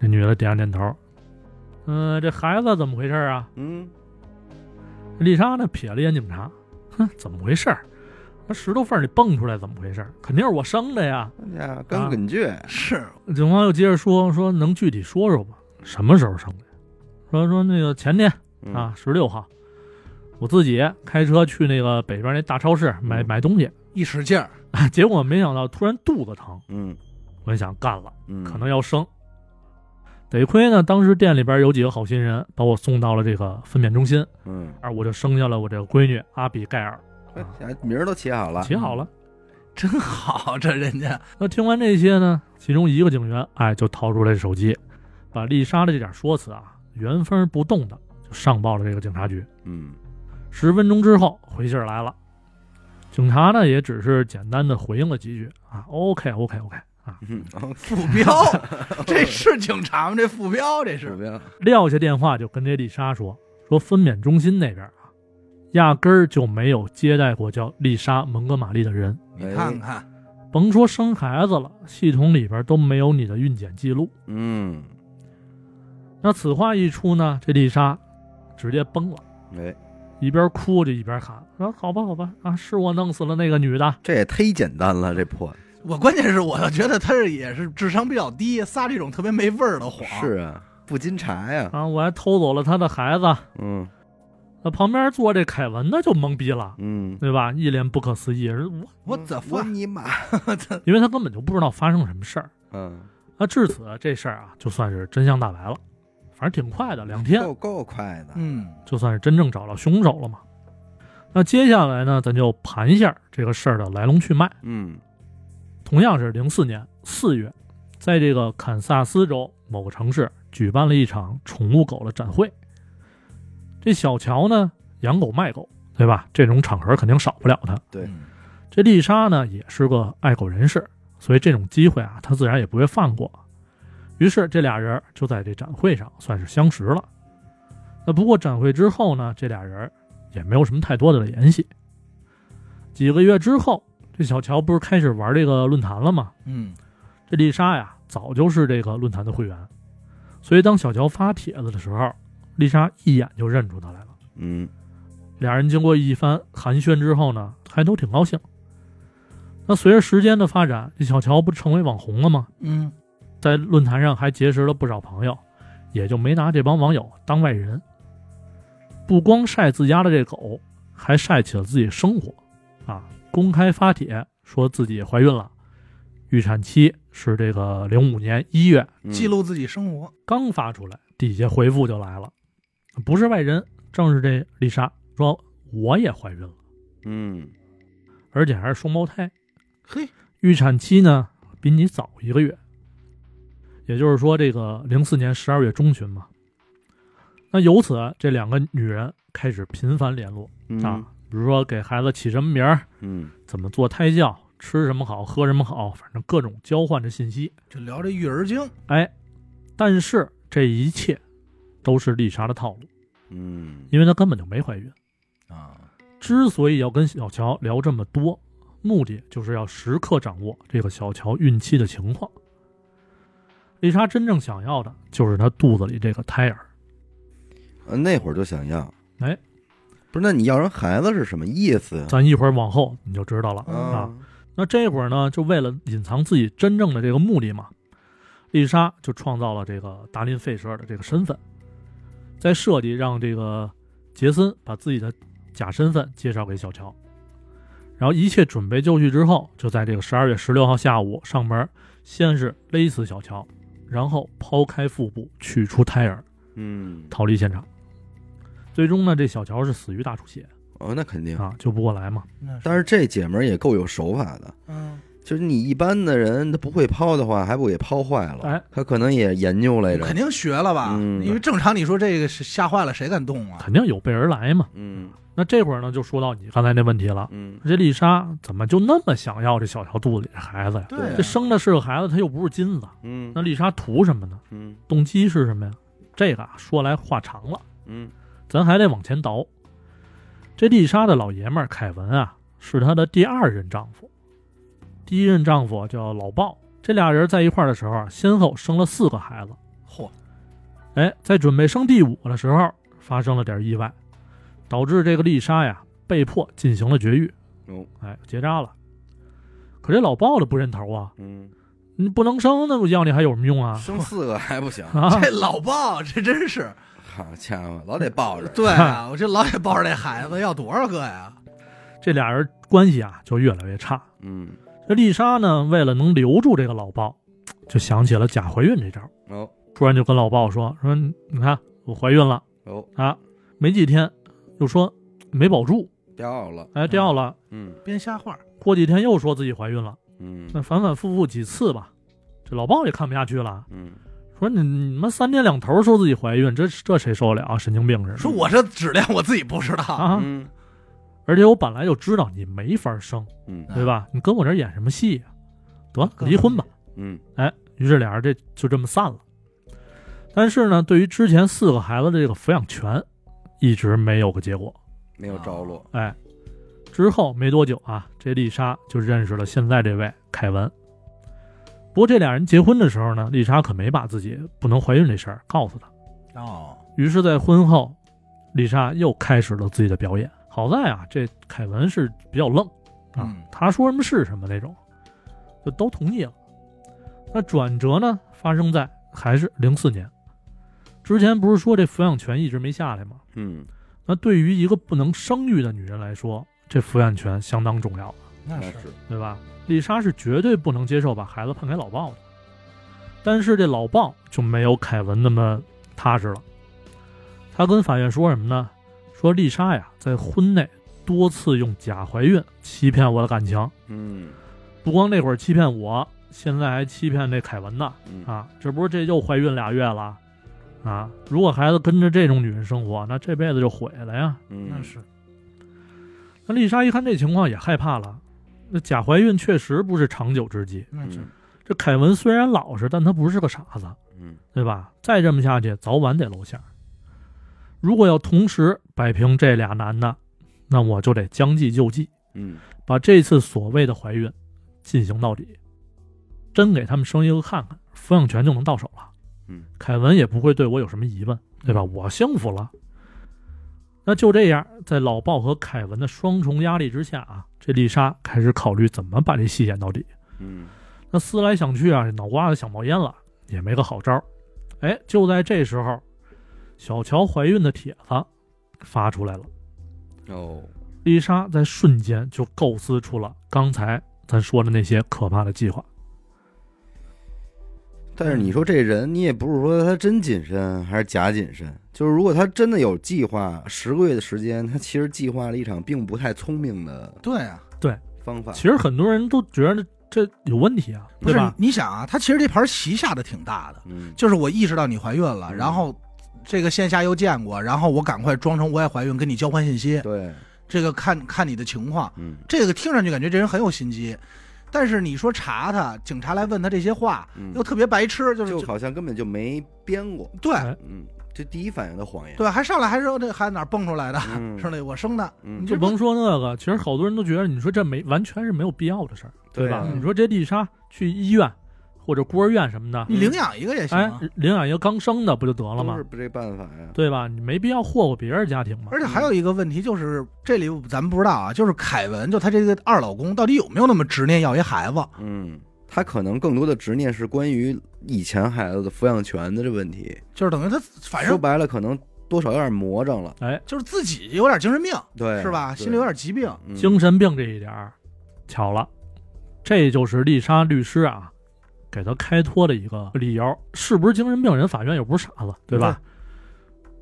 [SPEAKER 3] 这女的点了点头。嗯、这孩子怎么回事啊？
[SPEAKER 1] 嗯
[SPEAKER 3] 丽莎呢瞥了一眼警察，哼，怎么回事儿？那石头缝里蹦出来怎么回事儿？肯定是我生的呀！
[SPEAKER 1] 那家伙跟滚
[SPEAKER 3] 啊
[SPEAKER 1] 倔，
[SPEAKER 2] 是
[SPEAKER 3] 警方又接着说：“说能具体说说吗？什么时候生的？”说说那个前天
[SPEAKER 1] 嗯
[SPEAKER 3] 啊，十六号，我自己开车去那个北边那大超市买
[SPEAKER 1] 嗯
[SPEAKER 3] 买东西，
[SPEAKER 2] 一使劲儿，
[SPEAKER 3] 结果没想到突然肚子疼，
[SPEAKER 1] 嗯
[SPEAKER 3] 我就想干了，
[SPEAKER 1] 嗯，
[SPEAKER 3] 可能要生。得亏呢，当时店里边有几个好心人把我送到了这个分娩中心，
[SPEAKER 1] 嗯，
[SPEAKER 3] 而我就生下了我这个闺女阿比盖尔，
[SPEAKER 1] 哎现在名儿都起好了，
[SPEAKER 3] 起好了。
[SPEAKER 2] <laughs> 真好，这人 <laughs> 家
[SPEAKER 3] 那听完这些呢，其中一个警员哎就掏出来手机，把丽莎的这点说辞啊原封不动的就上报了这个警察局。
[SPEAKER 1] 嗯
[SPEAKER 3] 十分钟之后回信儿来了，警察呢也只是简单的回应了几句啊，OK OK OK 啊，
[SPEAKER 1] 嗯，哦
[SPEAKER 2] 副标，这是警察吗？这副标这
[SPEAKER 1] 鼠
[SPEAKER 2] 是
[SPEAKER 1] 标，
[SPEAKER 3] 撂下电话就跟这丽莎说：“说分娩中心那边啊，压根儿就没有接待过叫丽莎·蒙哥马利的人，
[SPEAKER 2] 你看看，
[SPEAKER 3] 甭说生孩子了，系统里边都没有你的孕检记录。
[SPEAKER 1] 嗯，”
[SPEAKER 3] 那此话一出呢，这丽莎直接崩了，
[SPEAKER 1] 哎，
[SPEAKER 3] 一边哭就一边喊：“说好吧，好吧，啊，是我弄死了那个女的。
[SPEAKER 1] 这也忒简单了，这破
[SPEAKER 2] 我关键是我觉得他是也是智商比较低，撒这种特别没味儿的谎。
[SPEAKER 1] 是啊，不禁查呀，
[SPEAKER 3] 啊，我还偷走了她的孩子。
[SPEAKER 1] 嗯”
[SPEAKER 3] 那旁边坐这凯文呢就懵逼了，
[SPEAKER 1] 嗯，
[SPEAKER 3] 对吧？一脸不可思议，人我
[SPEAKER 2] 我怎
[SPEAKER 1] 我
[SPEAKER 2] 么
[SPEAKER 1] 尼玛，
[SPEAKER 3] 因为他根本就不知道发生了什么事儿。
[SPEAKER 1] 嗯，
[SPEAKER 3] 那至此这事儿啊，就算是真相大白了，反正挺快的，两天
[SPEAKER 1] 啊够够快的，
[SPEAKER 2] 嗯，
[SPEAKER 3] 就算是真正找到凶手了嘛。那接下来呢，咱就盘一下这个事儿的来龙去脉。
[SPEAKER 1] 嗯
[SPEAKER 3] 同样是零四年四月，在这个堪萨斯州某个城市举办了一场宠物狗的展会。这小乔呢，养狗卖狗，对吧？这种场合肯定少不了他。
[SPEAKER 1] 对
[SPEAKER 2] 嗯
[SPEAKER 3] 这丽莎呢，也是个爱狗人士，所以这种机会啊，她自然也不会放过。于是这俩人就在这展会上算是相识了。那不过展会之后呢，这俩人也没有什么太多的联系。几个月之后，这小乔不是开始玩这个论坛了吗？
[SPEAKER 2] 嗯，
[SPEAKER 3] 这丽莎呀，早就是这个论坛的会员，所以当小乔发帖子的时候，丽莎一眼就认出他来了。
[SPEAKER 1] 嗯
[SPEAKER 3] 俩人经过一番寒暄之后呢，还都挺高兴。那随着时间的发展，这小乔不成为网红了吗？
[SPEAKER 2] 嗯，
[SPEAKER 3] 在论坛上还结识了不少朋友，也就没拿这帮网友当外人。不光晒自家的这狗，还晒起了自己生活，啊，公开发帖说自己怀孕了，预产期是这个零五年一月，
[SPEAKER 1] 嗯，
[SPEAKER 2] 记录自己生活，
[SPEAKER 3] 刚发出来，底下回复就来了，不是外人，正是这丽莎说我也怀孕了。
[SPEAKER 1] 嗯，
[SPEAKER 3] 而且还是双胞胎，
[SPEAKER 2] 嘿，
[SPEAKER 3] 预产期呢比你早一个月，也就是说这个零四年十二月中旬嘛。那由此啊这两个女人开始频繁联络
[SPEAKER 1] 嗯
[SPEAKER 3] 啊，，比如说给孩子起什么名儿，
[SPEAKER 1] 嗯
[SPEAKER 3] 怎么做胎教，吃什么好，喝什么好，反正各种交换着信息。
[SPEAKER 2] 就聊这育儿经。
[SPEAKER 3] 哎，但是这一切都是丽莎的套路，
[SPEAKER 1] 嗯
[SPEAKER 3] 因为她根本就没怀孕。
[SPEAKER 2] 啊，
[SPEAKER 3] 之所以要跟小乔聊这么多，目的就是要时刻掌握这个小乔孕期的情况。丽莎真正想要的就是她肚子里这个胎儿。
[SPEAKER 1] 呃那会儿就想要。
[SPEAKER 3] 哎，
[SPEAKER 1] 不是，那你要人孩子是什么意思呀？
[SPEAKER 3] 咱一会儿往后你就知道了啊。
[SPEAKER 1] 啊，
[SPEAKER 3] 那这会儿呢，就为了隐藏自己真正的这个目的嘛，丽莎就创造了这个达林费舍尔的这个身份，在设计让这个杰森把自己的假身份介绍给小乔，然后一切准备就绪之后，就在这个十二月十六号下午上门，先是勒死小乔，然后剖开腹部取出胎儿，
[SPEAKER 1] 嗯，
[SPEAKER 3] 逃离现场。最终呢，这小乔是死于大出血
[SPEAKER 1] 哦，那肯定。
[SPEAKER 3] 啊，救不过来嘛。
[SPEAKER 2] 那
[SPEAKER 1] 但是这姐们儿也够有手法的，
[SPEAKER 2] 嗯，
[SPEAKER 1] 就是你一般的人他不会抛的话，还不给抛坏了？
[SPEAKER 3] 哎，
[SPEAKER 1] 他可能也研究来着。
[SPEAKER 2] 肯定学了吧？
[SPEAKER 1] 嗯
[SPEAKER 2] 因为正常你说这个是吓坏了，谁敢动啊？
[SPEAKER 3] 肯定有备而来嘛。
[SPEAKER 1] 嗯
[SPEAKER 3] 那这会儿呢，就说到你刚才那问题了。
[SPEAKER 1] 嗯，
[SPEAKER 3] 这丽莎怎么就那么想要这小乔肚子里的孩子呀？
[SPEAKER 2] 对啊，
[SPEAKER 3] 这生的是个孩子，他又不是金子，
[SPEAKER 1] 嗯
[SPEAKER 3] 那丽莎图什么呢？
[SPEAKER 1] 嗯
[SPEAKER 3] 动机是什么呀？这个啊，说来话长了，
[SPEAKER 1] 嗯
[SPEAKER 3] 咱还得往前倒。这丽莎的老爷们儿凯文啊，是她的第二任丈夫，第一任丈夫叫老鲍。这俩人在一块儿的时候啊，先后生了四个孩子。
[SPEAKER 2] 嚯，
[SPEAKER 3] 哎，在准备生第五的时候，发生了点意外，导致这个丽莎呀被迫进行了绝育。
[SPEAKER 1] 哦，
[SPEAKER 3] 哎，结扎了。可这老鲍的不认头啊，
[SPEAKER 1] 嗯，
[SPEAKER 3] 你不能生，那我要你还有什么
[SPEAKER 1] <laughs>
[SPEAKER 3] 用啊？
[SPEAKER 1] 生四个还不
[SPEAKER 3] <laughs>
[SPEAKER 1] 行，
[SPEAKER 3] 啊，
[SPEAKER 2] 这老鲍这真是，
[SPEAKER 1] 好家伙，老得抱着。
[SPEAKER 2] 对啊，我这老得抱着这孩子，要多少个呀？
[SPEAKER 3] 这俩人关系啊就越来越差。
[SPEAKER 1] 嗯，
[SPEAKER 3] 这丽莎呢，为了能留住这个老鲍，就想起了假怀孕这招，
[SPEAKER 1] 哦
[SPEAKER 3] 突然就跟老鲍说说，你看我怀孕了
[SPEAKER 1] 哦，
[SPEAKER 3] 啊，没几天，又说没保住，
[SPEAKER 1] 掉了。
[SPEAKER 3] 哎掉了，
[SPEAKER 1] 嗯
[SPEAKER 2] 编瞎话，
[SPEAKER 3] 过几天又说自己怀孕了，
[SPEAKER 1] 嗯
[SPEAKER 3] 那反反复复几次吧，这老鲍也看不下去了，
[SPEAKER 1] 嗯，
[SPEAKER 3] 说你你们三天两头说自己怀孕，这这谁受得了啊？神经病似的。
[SPEAKER 2] 说我这质量我自己不知道，
[SPEAKER 3] 啊，
[SPEAKER 1] 嗯
[SPEAKER 3] 而且我本来就知道你没法生，
[SPEAKER 1] 嗯
[SPEAKER 3] 对
[SPEAKER 2] 啊
[SPEAKER 3] 吧？你跟我这儿演什么戏呀、得了，离婚吧。
[SPEAKER 1] 嗯
[SPEAKER 3] 于是俩人这就这么散了。但是呢，对于之前四个孩子的这个抚养权，一直没有个结果。
[SPEAKER 1] 没有着落。
[SPEAKER 3] 哎，之后没多久啊，这丽莎就认识了现在这位凯文。不过这俩人结婚的时候呢，丽莎可没把自己不能怀孕这事儿告诉他。
[SPEAKER 2] 哦，
[SPEAKER 3] 于是，在婚后，丽莎又开始了自己的表演。好在啊，这凯文是比较愣啊，
[SPEAKER 2] 嗯
[SPEAKER 3] 他说什么是什么那种，就都同意了。那转折呢，发生在还是零四年。之前不是说这抚养权一直没下来吗？
[SPEAKER 1] 嗯，
[SPEAKER 3] 那对于一个不能生育的女人来说，这抚养权相当重要，
[SPEAKER 2] 那
[SPEAKER 1] 那
[SPEAKER 2] 是
[SPEAKER 1] 是。
[SPEAKER 3] 对吧？丽莎是绝对不能接受把孩子判给老鲍的。但是这老鲍就没有凯文那么踏实了，他跟法院说什么呢？说丽莎呀，在婚内多次用假怀孕欺骗我的感情，
[SPEAKER 1] 嗯
[SPEAKER 3] 不光那会儿欺骗我，现在还欺骗这凯文呢
[SPEAKER 1] 嗯
[SPEAKER 3] 啊！这不是这又怀孕俩月了啊？如果孩子跟着这种女人生活，那这辈子就毁了呀！
[SPEAKER 1] 嗯，
[SPEAKER 2] 那是，
[SPEAKER 3] 那丽莎一看这情况也害怕了，那假怀孕确实不是长久之计。
[SPEAKER 2] 那是
[SPEAKER 1] 嗯
[SPEAKER 3] 这凯文虽然老实，但他不是个傻子，
[SPEAKER 1] 嗯
[SPEAKER 3] 对吧？再这么下去，早晚得露馅儿。如果要同时摆平这俩男的，那我就得将计就计，
[SPEAKER 1] 嗯
[SPEAKER 3] 把这次所谓的怀孕进行到底，真给他们生一个看看，抚养权就能到手了。
[SPEAKER 1] 嗯，
[SPEAKER 3] 凯文也不会对我有什么疑问，对吧？我幸福了。那就这样，在老鲍和凯文的双重压力之下啊，这丽莎开始考虑怎么把这戏演到底。
[SPEAKER 1] 嗯
[SPEAKER 3] 那思来想去啊，这脑瓜子想冒烟了，也没个好招儿。哎，就在这时候，小乔怀孕的帖子发出来了。
[SPEAKER 1] 哦，
[SPEAKER 3] 丽莎在瞬间就构思出了刚才咱说的那些可怕的计划。
[SPEAKER 1] 但是你说这人，你也不是说他真谨慎还是假谨慎，就是如果他真的有计划，十个月的时间，他其实计划了一场并不太聪明的
[SPEAKER 2] 对啊，
[SPEAKER 1] 方法。
[SPEAKER 3] 其实很多人都觉得这有问题啊，
[SPEAKER 2] 不
[SPEAKER 3] 对
[SPEAKER 2] 是
[SPEAKER 3] 吧？
[SPEAKER 2] 你想啊，他其实这盘棋下的挺大的，
[SPEAKER 1] 嗯
[SPEAKER 2] 就是我意识到你怀孕了，
[SPEAKER 1] 嗯
[SPEAKER 2] 然后这个线下又见过，然后我赶快装成我也怀孕，跟你交换信息，
[SPEAKER 1] 对，
[SPEAKER 2] 这个看看你的情况。
[SPEAKER 1] 嗯
[SPEAKER 2] 这个听上去感觉这人很有心机，但是你说查他，警察来问他这些话，
[SPEAKER 1] 嗯
[SPEAKER 2] 又，特别白痴，就是
[SPEAKER 1] 就好像根本就没编过。
[SPEAKER 2] 对
[SPEAKER 3] 哎
[SPEAKER 1] 嗯这第一反应的谎言。
[SPEAKER 2] 对，还上来还说这孩子哪儿蹦出来的，
[SPEAKER 1] 嗯
[SPEAKER 2] 是那我生的，
[SPEAKER 1] 嗯
[SPEAKER 2] 你，
[SPEAKER 3] 就
[SPEAKER 2] 这
[SPEAKER 3] 甭说那个，其实好多人都觉得，你说这没完全是没有必要的事儿，
[SPEAKER 1] 对
[SPEAKER 3] 吧
[SPEAKER 1] 啊？
[SPEAKER 3] 你说这丽莎去医院或者孤儿院什么的，
[SPEAKER 2] 你领养一个也行
[SPEAKER 3] 哎
[SPEAKER 2] 啊，，
[SPEAKER 3] 领养一个刚生的不就得了
[SPEAKER 1] 都
[SPEAKER 3] 吗
[SPEAKER 1] 是？不这办法呀。
[SPEAKER 3] 对吧？你没必要霍霍别人家庭嘛。
[SPEAKER 2] 而且还有一个问题就是，这里咱们不知道啊，就是凯文，就他这个二老公到底有没有那么执念要一孩子？
[SPEAKER 1] 嗯，他可能更多的执念是关于以前孩子的抚养权的这问题。
[SPEAKER 2] 就是等于他反
[SPEAKER 1] 说
[SPEAKER 2] 正
[SPEAKER 1] 白了，可能多少有点魔怔了，
[SPEAKER 3] 哎，
[SPEAKER 2] 就是自己有点精神病，
[SPEAKER 1] 对，
[SPEAKER 2] 是吧？
[SPEAKER 1] 对
[SPEAKER 2] 心里有点疾病，
[SPEAKER 1] 嗯
[SPEAKER 3] 精神病这一点儿，巧了，这就是丽莎律师啊给他开脱的一个理由。是不是精神病？人法院又不是傻子，对吧？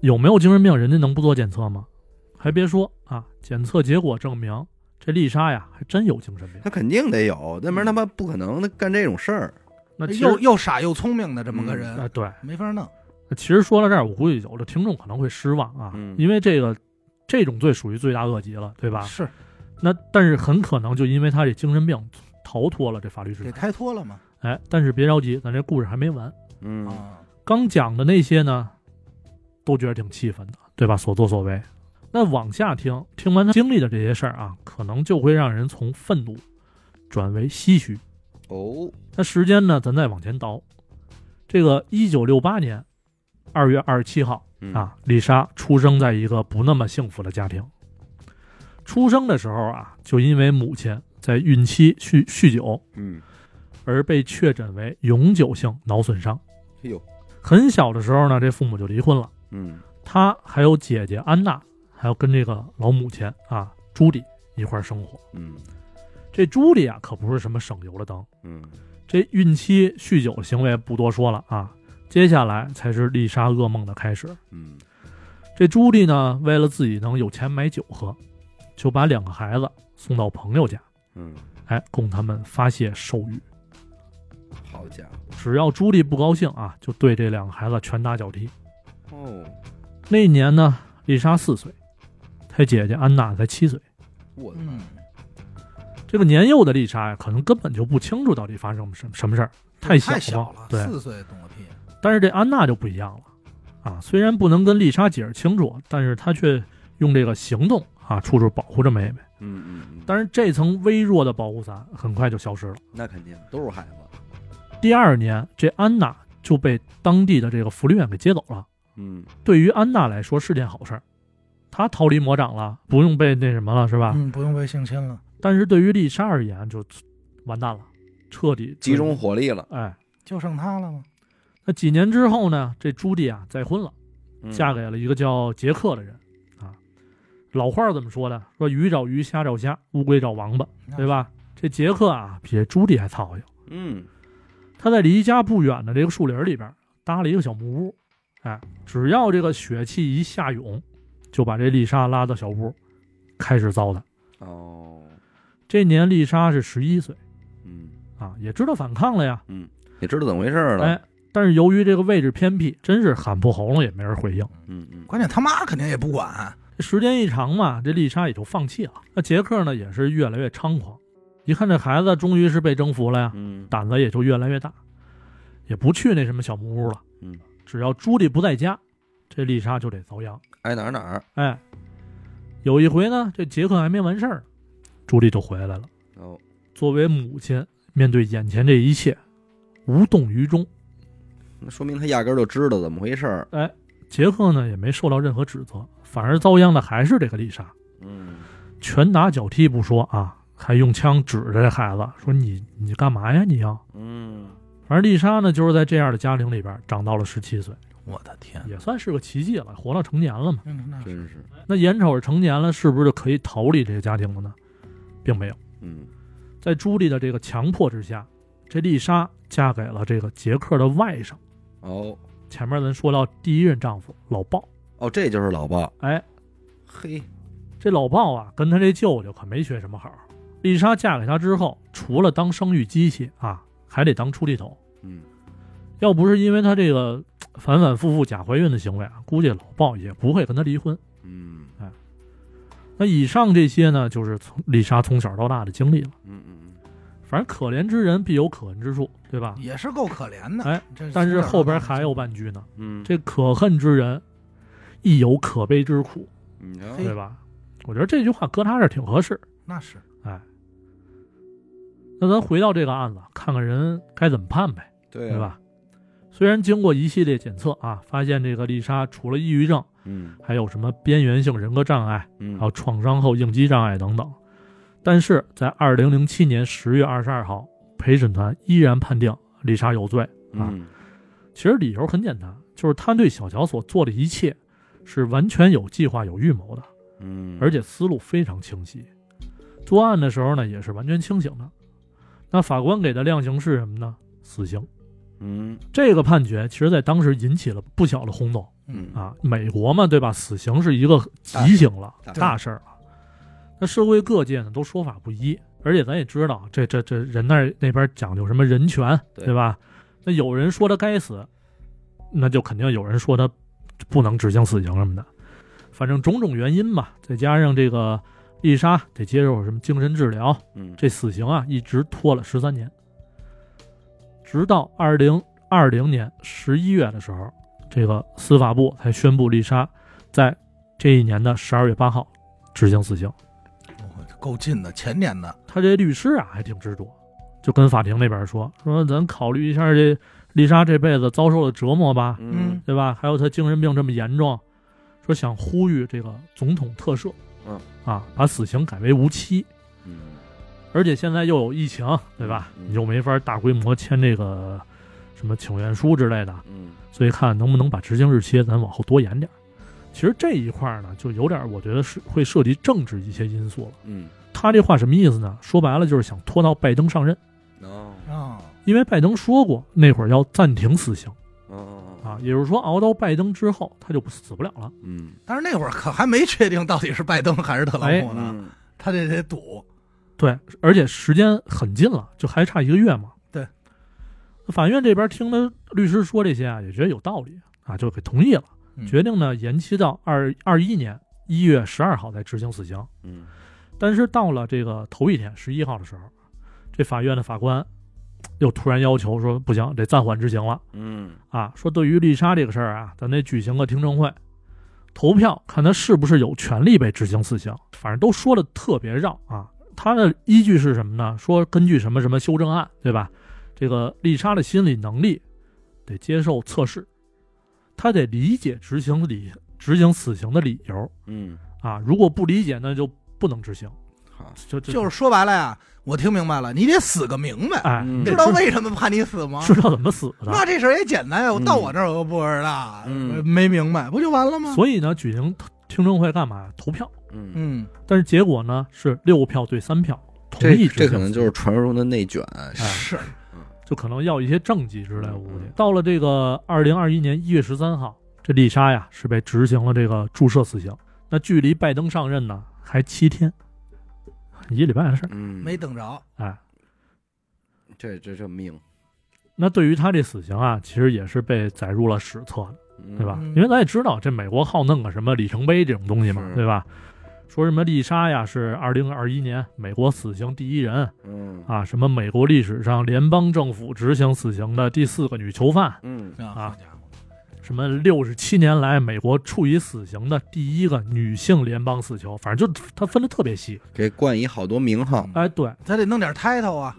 [SPEAKER 3] 有没有精神病，人家能不做检测吗？还别说啊，检测结果证明这丽莎呀还真有精神病。
[SPEAKER 1] 他肯定得有，那门他妈不可能他干这种事儿。
[SPEAKER 3] 那其实
[SPEAKER 2] 又又傻又聪明的这么个
[SPEAKER 3] 啊、
[SPEAKER 2] 人，
[SPEAKER 3] 对，
[SPEAKER 2] 没法弄。
[SPEAKER 3] 那其实说到这儿，我估计有的听众可能会失望啊，
[SPEAKER 1] 嗯
[SPEAKER 3] 因为这个这种罪属于罪大恶极了，对吧？
[SPEAKER 2] 是
[SPEAKER 3] 那但是很可能就因为他这精神病逃脱了这法律制
[SPEAKER 2] 给
[SPEAKER 3] 裁。
[SPEAKER 2] 开脱了嘛？
[SPEAKER 3] 哎，但是别着急，咱这故事还没完。
[SPEAKER 1] 嗯
[SPEAKER 2] 啊，
[SPEAKER 3] 刚讲的那些呢，都觉得挺气愤的，对吧？所作所为。那往下听，听完他经历的这些事儿啊，可能就会让人从愤怒转为唏嘘。
[SPEAKER 1] 哦，
[SPEAKER 3] 那时间呢，咱再往前倒，这个一九六八年二月二十七号，
[SPEAKER 1] 嗯，
[SPEAKER 3] 啊，丽莎出生在一个不那么幸福的家庭。出生的时候啊，就因为母亲在孕期酗酗酒
[SPEAKER 1] 嗯，
[SPEAKER 3] 而被确诊为永久性脑损伤。
[SPEAKER 1] 哎呦，
[SPEAKER 3] 很小的时候呢，这父母就离婚了，
[SPEAKER 1] 嗯
[SPEAKER 3] 她还有姐姐安娜，还有跟这个老母亲啊朱莉一块儿生活。
[SPEAKER 1] 嗯
[SPEAKER 3] 这朱莉啊，可不是什么省油的灯。
[SPEAKER 1] 嗯，
[SPEAKER 3] 这孕期酗酒行为不多说了啊，接下来才是丽莎噩梦的开始。
[SPEAKER 1] 嗯
[SPEAKER 3] 这朱莉呢，为了自己能有钱买酒喝，就把两个孩子送到朋友家，
[SPEAKER 1] 嗯，
[SPEAKER 3] 哎，供他们发泄兽欲。
[SPEAKER 1] 好家
[SPEAKER 3] 只要朱莉不高兴啊，就对这两个孩子拳打脚踢。
[SPEAKER 1] 伙，哦，
[SPEAKER 3] 那一年呢，丽莎四岁，她姐姐安娜才七岁。
[SPEAKER 1] 我的
[SPEAKER 2] 嗯，
[SPEAKER 3] 这个年幼的丽莎呀，可能根本就不清楚到底发生什么什么事儿，太小
[SPEAKER 2] 太小
[SPEAKER 3] 了
[SPEAKER 2] 了，
[SPEAKER 3] 对，
[SPEAKER 2] 四岁懂个屁。
[SPEAKER 3] 但是这安娜就不一样了，啊，虽然不能跟丽莎解释清楚，但是她却用这个行动啊，处处保护着妹妹。
[SPEAKER 1] 嗯嗯嗯，
[SPEAKER 3] 但是这层微弱的保护伞很快就消失了。
[SPEAKER 1] 那肯定都是孩子，嗯
[SPEAKER 3] 第二年，这安娜就被当地的这个福利院给接走了。
[SPEAKER 1] 嗯
[SPEAKER 3] 对于安娜来说是件好事儿，她逃离魔掌了，不用被那什么了，是吧？
[SPEAKER 2] 嗯，不用被性侵了，
[SPEAKER 3] 但是对于丽莎而言就完蛋了，彻底
[SPEAKER 1] 集中。火力了，
[SPEAKER 3] 哎，
[SPEAKER 2] 就剩他了吗？
[SPEAKER 3] 那几年之后呢？这朱莉啊再婚了，
[SPEAKER 1] 嗯
[SPEAKER 3] 嫁给了一个叫杰克的人啊。老话儿怎么说的？说鱼找鱼，虾找虾，乌龟找王八，对吧？这杰克啊，比这朱莉还操心。
[SPEAKER 1] 嗯
[SPEAKER 3] 他在离家不远的这个树林里边搭了一个小木屋，哎，只要这个血气一下涌，就把这丽莎拉到小屋，开始糟蹋。
[SPEAKER 1] 哦，
[SPEAKER 3] 这年丽莎是十一岁
[SPEAKER 1] 嗯，
[SPEAKER 3] 啊，也知道反抗了呀，
[SPEAKER 1] 也知道怎么回事儿了，
[SPEAKER 3] 哎，但是由于这个位置偏僻，真是喊破喉咙也没人回应。
[SPEAKER 1] 嗯嗯，
[SPEAKER 2] 关键他妈肯定也不管，
[SPEAKER 3] 时间一长嘛，这丽莎也就放弃了。那杰克呢，也是越来越猖狂，一看这孩子终于是被征服了呀，
[SPEAKER 1] 嗯
[SPEAKER 3] 胆子也就越来越大，也不去那什么小木屋了。
[SPEAKER 1] 嗯，
[SPEAKER 3] 只要朱莉不在家，这丽莎就得遭殃。
[SPEAKER 1] 挨哪儿哪儿，
[SPEAKER 3] 哎，有一回呢，这杰克还没完事儿呢，朱莉就回来了。
[SPEAKER 1] 哦，
[SPEAKER 3] 作为母亲，面对眼前这一切，无动于衷。
[SPEAKER 1] 那说明他压根儿就知道怎么回事儿，
[SPEAKER 3] 杰克呢，也没受到任何指责，反而遭殃的还是这个丽莎，
[SPEAKER 1] 嗯
[SPEAKER 3] 拳打脚踢不说啊，还用枪指着这孩子说你：“你干嘛呀？你要
[SPEAKER 1] 嗯。？”
[SPEAKER 3] 反正丽莎呢，就是在这样的家庭里边长到了十七岁，
[SPEAKER 2] 我的天，
[SPEAKER 3] 也算是个奇迹了，活到成年了嘛。
[SPEAKER 2] 嗯，那
[SPEAKER 1] 真是，
[SPEAKER 3] 那眼瞅着成年了，是不是就可以逃离这个家庭了呢？并没有，
[SPEAKER 1] 嗯，
[SPEAKER 3] 在朱莉的这个强迫之下，这丽莎嫁给了这个杰克的外甥。
[SPEAKER 1] 哦
[SPEAKER 3] 前面咱说到第一任丈夫老鲍，
[SPEAKER 1] 哦，这就是老鲍，
[SPEAKER 3] 哎，
[SPEAKER 1] 嘿，
[SPEAKER 3] 这老鲍啊，跟他这舅舅可没学什么好。丽莎嫁给他之后，除了当生育机器啊，还得当出力头。
[SPEAKER 1] 嗯，
[SPEAKER 3] 要不是因为他这个嘖反反复复假怀孕的行为啊，估计老鲍也不会跟他离婚。
[SPEAKER 1] 嗯
[SPEAKER 3] 那以上这些呢，就是从丽莎从小到大的经历了。
[SPEAKER 1] 嗯嗯
[SPEAKER 3] 反反正可怜之人必有可恨之处，对吧？
[SPEAKER 2] 也是够可怜的。
[SPEAKER 3] 哎
[SPEAKER 2] 这
[SPEAKER 3] 但是
[SPEAKER 2] 从小
[SPEAKER 3] 后边
[SPEAKER 2] 到大
[SPEAKER 3] 还有半句呢，
[SPEAKER 1] 嗯，
[SPEAKER 3] 这可恨之人亦有可悲之苦，
[SPEAKER 1] 你瞧
[SPEAKER 2] 嘿
[SPEAKER 3] 对吧？我觉得这句话搁他这儿挺合适。
[SPEAKER 2] 那是
[SPEAKER 3] 那咱回到这个案子，看看人该怎么判呗，
[SPEAKER 1] 对
[SPEAKER 3] 对
[SPEAKER 1] 啊？
[SPEAKER 3] 吧？虽然经过一系列检测啊，发现这个丽莎除了抑郁症，
[SPEAKER 1] 嗯
[SPEAKER 3] 还有什么边缘性人格障碍，
[SPEAKER 1] 嗯，
[SPEAKER 3] 还有创伤后应激障碍等等，但是在二零零七年十月二十二号，陪审团依然判定丽莎有罪。啊
[SPEAKER 1] 嗯
[SPEAKER 3] 其实理由很简单，就是他对小乔所做的一切是完全有计划、有预谋的，
[SPEAKER 1] 嗯，
[SPEAKER 3] 而且思路非常清晰。作案的时候呢，也是完全清醒的。那法官给的量刑是什么呢？死刑。
[SPEAKER 1] 嗯
[SPEAKER 3] 这个判决其实在当时引起了不小的轰动
[SPEAKER 1] 嗯
[SPEAKER 3] 啊！美国嘛，对吧？死刑是一个极刑了，
[SPEAKER 1] 大事
[SPEAKER 3] 大事儿了。那社会各界呢都说法不一，而且咱也知道，啊这这这人那儿那边讲究什么人权，
[SPEAKER 1] 对
[SPEAKER 3] 对吧？那有人说他该死，那就肯定有人说他不能执行死刑什么的。反正种种原因吧，再加上这个丽莎得接受什么精神治疗，
[SPEAKER 1] 嗯，
[SPEAKER 3] 这死刑啊一直拖了十三年，直到二零二零年十一月的时候，这个司法部才宣布丽莎在这一年的十二月八号执行死刑。
[SPEAKER 2] 哦够近的，前年的
[SPEAKER 3] 他这律师啊还挺执着，就跟法庭那边说说，咱考虑一下这丽莎这辈子遭受的折磨吧，
[SPEAKER 1] 嗯
[SPEAKER 3] 对吧？还有她精神病这么严重，说想呼吁这个总统特赦，
[SPEAKER 1] 嗯
[SPEAKER 3] 啊，把死刑改为无期。
[SPEAKER 1] 嗯
[SPEAKER 3] 而且现在又有疫情，对吧？
[SPEAKER 1] 嗯
[SPEAKER 3] 你又没法大规模签这个什么请愿书之类的，
[SPEAKER 1] 嗯
[SPEAKER 3] 所以看能不能把执行日期咱往后多延点儿。其实这一块儿呢，就有点儿我觉得是会涉及政治一些因素了。
[SPEAKER 1] 嗯，
[SPEAKER 3] 他这话什么意思呢？说白了就是想拖到拜登上任，
[SPEAKER 1] 哦
[SPEAKER 2] 啊，
[SPEAKER 3] 因为拜登说过那会儿要暂停死刑
[SPEAKER 1] 哦
[SPEAKER 3] 啊，也就是说熬到拜登之后他就不死不了了。
[SPEAKER 1] 嗯
[SPEAKER 2] 但是那会儿可还没确定到底是拜登还是特朗普呢，
[SPEAKER 1] 嗯
[SPEAKER 2] 他这得赌，
[SPEAKER 3] 对，而且时间很近了，就还差一个月嘛。
[SPEAKER 2] 对，
[SPEAKER 3] 法院这边听他律师说这些啊，也觉得有道理啊，就给同意了，
[SPEAKER 2] 嗯
[SPEAKER 3] 决定呢延期到二二一年一月十二号再执行死刑。
[SPEAKER 1] 嗯
[SPEAKER 3] 但是到了这个头一天十一号的时候，这法院的法官又突然要求说，不行，得暂缓执行了
[SPEAKER 1] 嗯
[SPEAKER 3] 啊，说对于丽莎这个事儿啊，咱得举行个听证会。投票看他是不是有权利被执行死刑，反正都说的特别绕啊。他的依据是什么呢？说根据什么什么修正案，对吧？这个丽莎的心理能力得接受测试，她得理解执行理执行死刑的理由
[SPEAKER 1] 嗯，
[SPEAKER 3] 啊。如果不理解，那就不能执行。
[SPEAKER 1] 好，
[SPEAKER 3] 就就
[SPEAKER 2] 就是说白了呀，我听明白了，你得死个明白，
[SPEAKER 3] 哎，
[SPEAKER 1] 嗯
[SPEAKER 3] 你得
[SPEAKER 2] 知道为什么判你死吗？
[SPEAKER 3] 知道怎么死的。
[SPEAKER 2] 那这事儿也简单呀，我
[SPEAKER 1] 嗯
[SPEAKER 2] 到我这儿我又不知道，
[SPEAKER 1] 嗯
[SPEAKER 2] 呃没明白，不就完了吗？
[SPEAKER 3] 所以呢，举行听证会干嘛？投票。
[SPEAKER 1] 嗯，
[SPEAKER 2] 嗯，
[SPEAKER 3] 但是结果呢是六票对三票同
[SPEAKER 1] 这
[SPEAKER 3] 意执行死
[SPEAKER 1] 这
[SPEAKER 3] 刑。
[SPEAKER 1] 可能就是传说中的内卷，
[SPEAKER 3] 哎
[SPEAKER 2] 是
[SPEAKER 3] 就可能要一些政绩之类，我估计
[SPEAKER 1] 嗯嗯。
[SPEAKER 3] 到了这个二零二一年一月十三号，这丽莎呀是被执行了这个注射死刑。那距离拜登上任呢还七天，一礼拜的事儿。
[SPEAKER 1] 嗯，
[SPEAKER 2] 没等着，
[SPEAKER 3] 哎，
[SPEAKER 1] 这这这命，
[SPEAKER 3] 那对于他这死刑啊，其实也是被载入了史册的，
[SPEAKER 1] 嗯
[SPEAKER 3] 对吧？
[SPEAKER 2] 嗯
[SPEAKER 3] 因为咱也知道这美国好弄个什么里程碑这种东西嘛
[SPEAKER 1] 是，
[SPEAKER 3] 对吧？说什么丽莎呀是二零二一年美国死刑第一人
[SPEAKER 1] 嗯
[SPEAKER 3] 啊，什么美国历史上联邦政府执行死刑的第四个女囚犯，
[SPEAKER 1] 嗯
[SPEAKER 2] 啊，
[SPEAKER 3] 啊
[SPEAKER 2] 好家伙，
[SPEAKER 3] 什么六十七年来美国处以死刑的第一个女性联邦死囚，反正就他分的特别细。
[SPEAKER 1] 给冠以好多名号，
[SPEAKER 3] 哎，对，
[SPEAKER 2] 他得弄点 title 啊，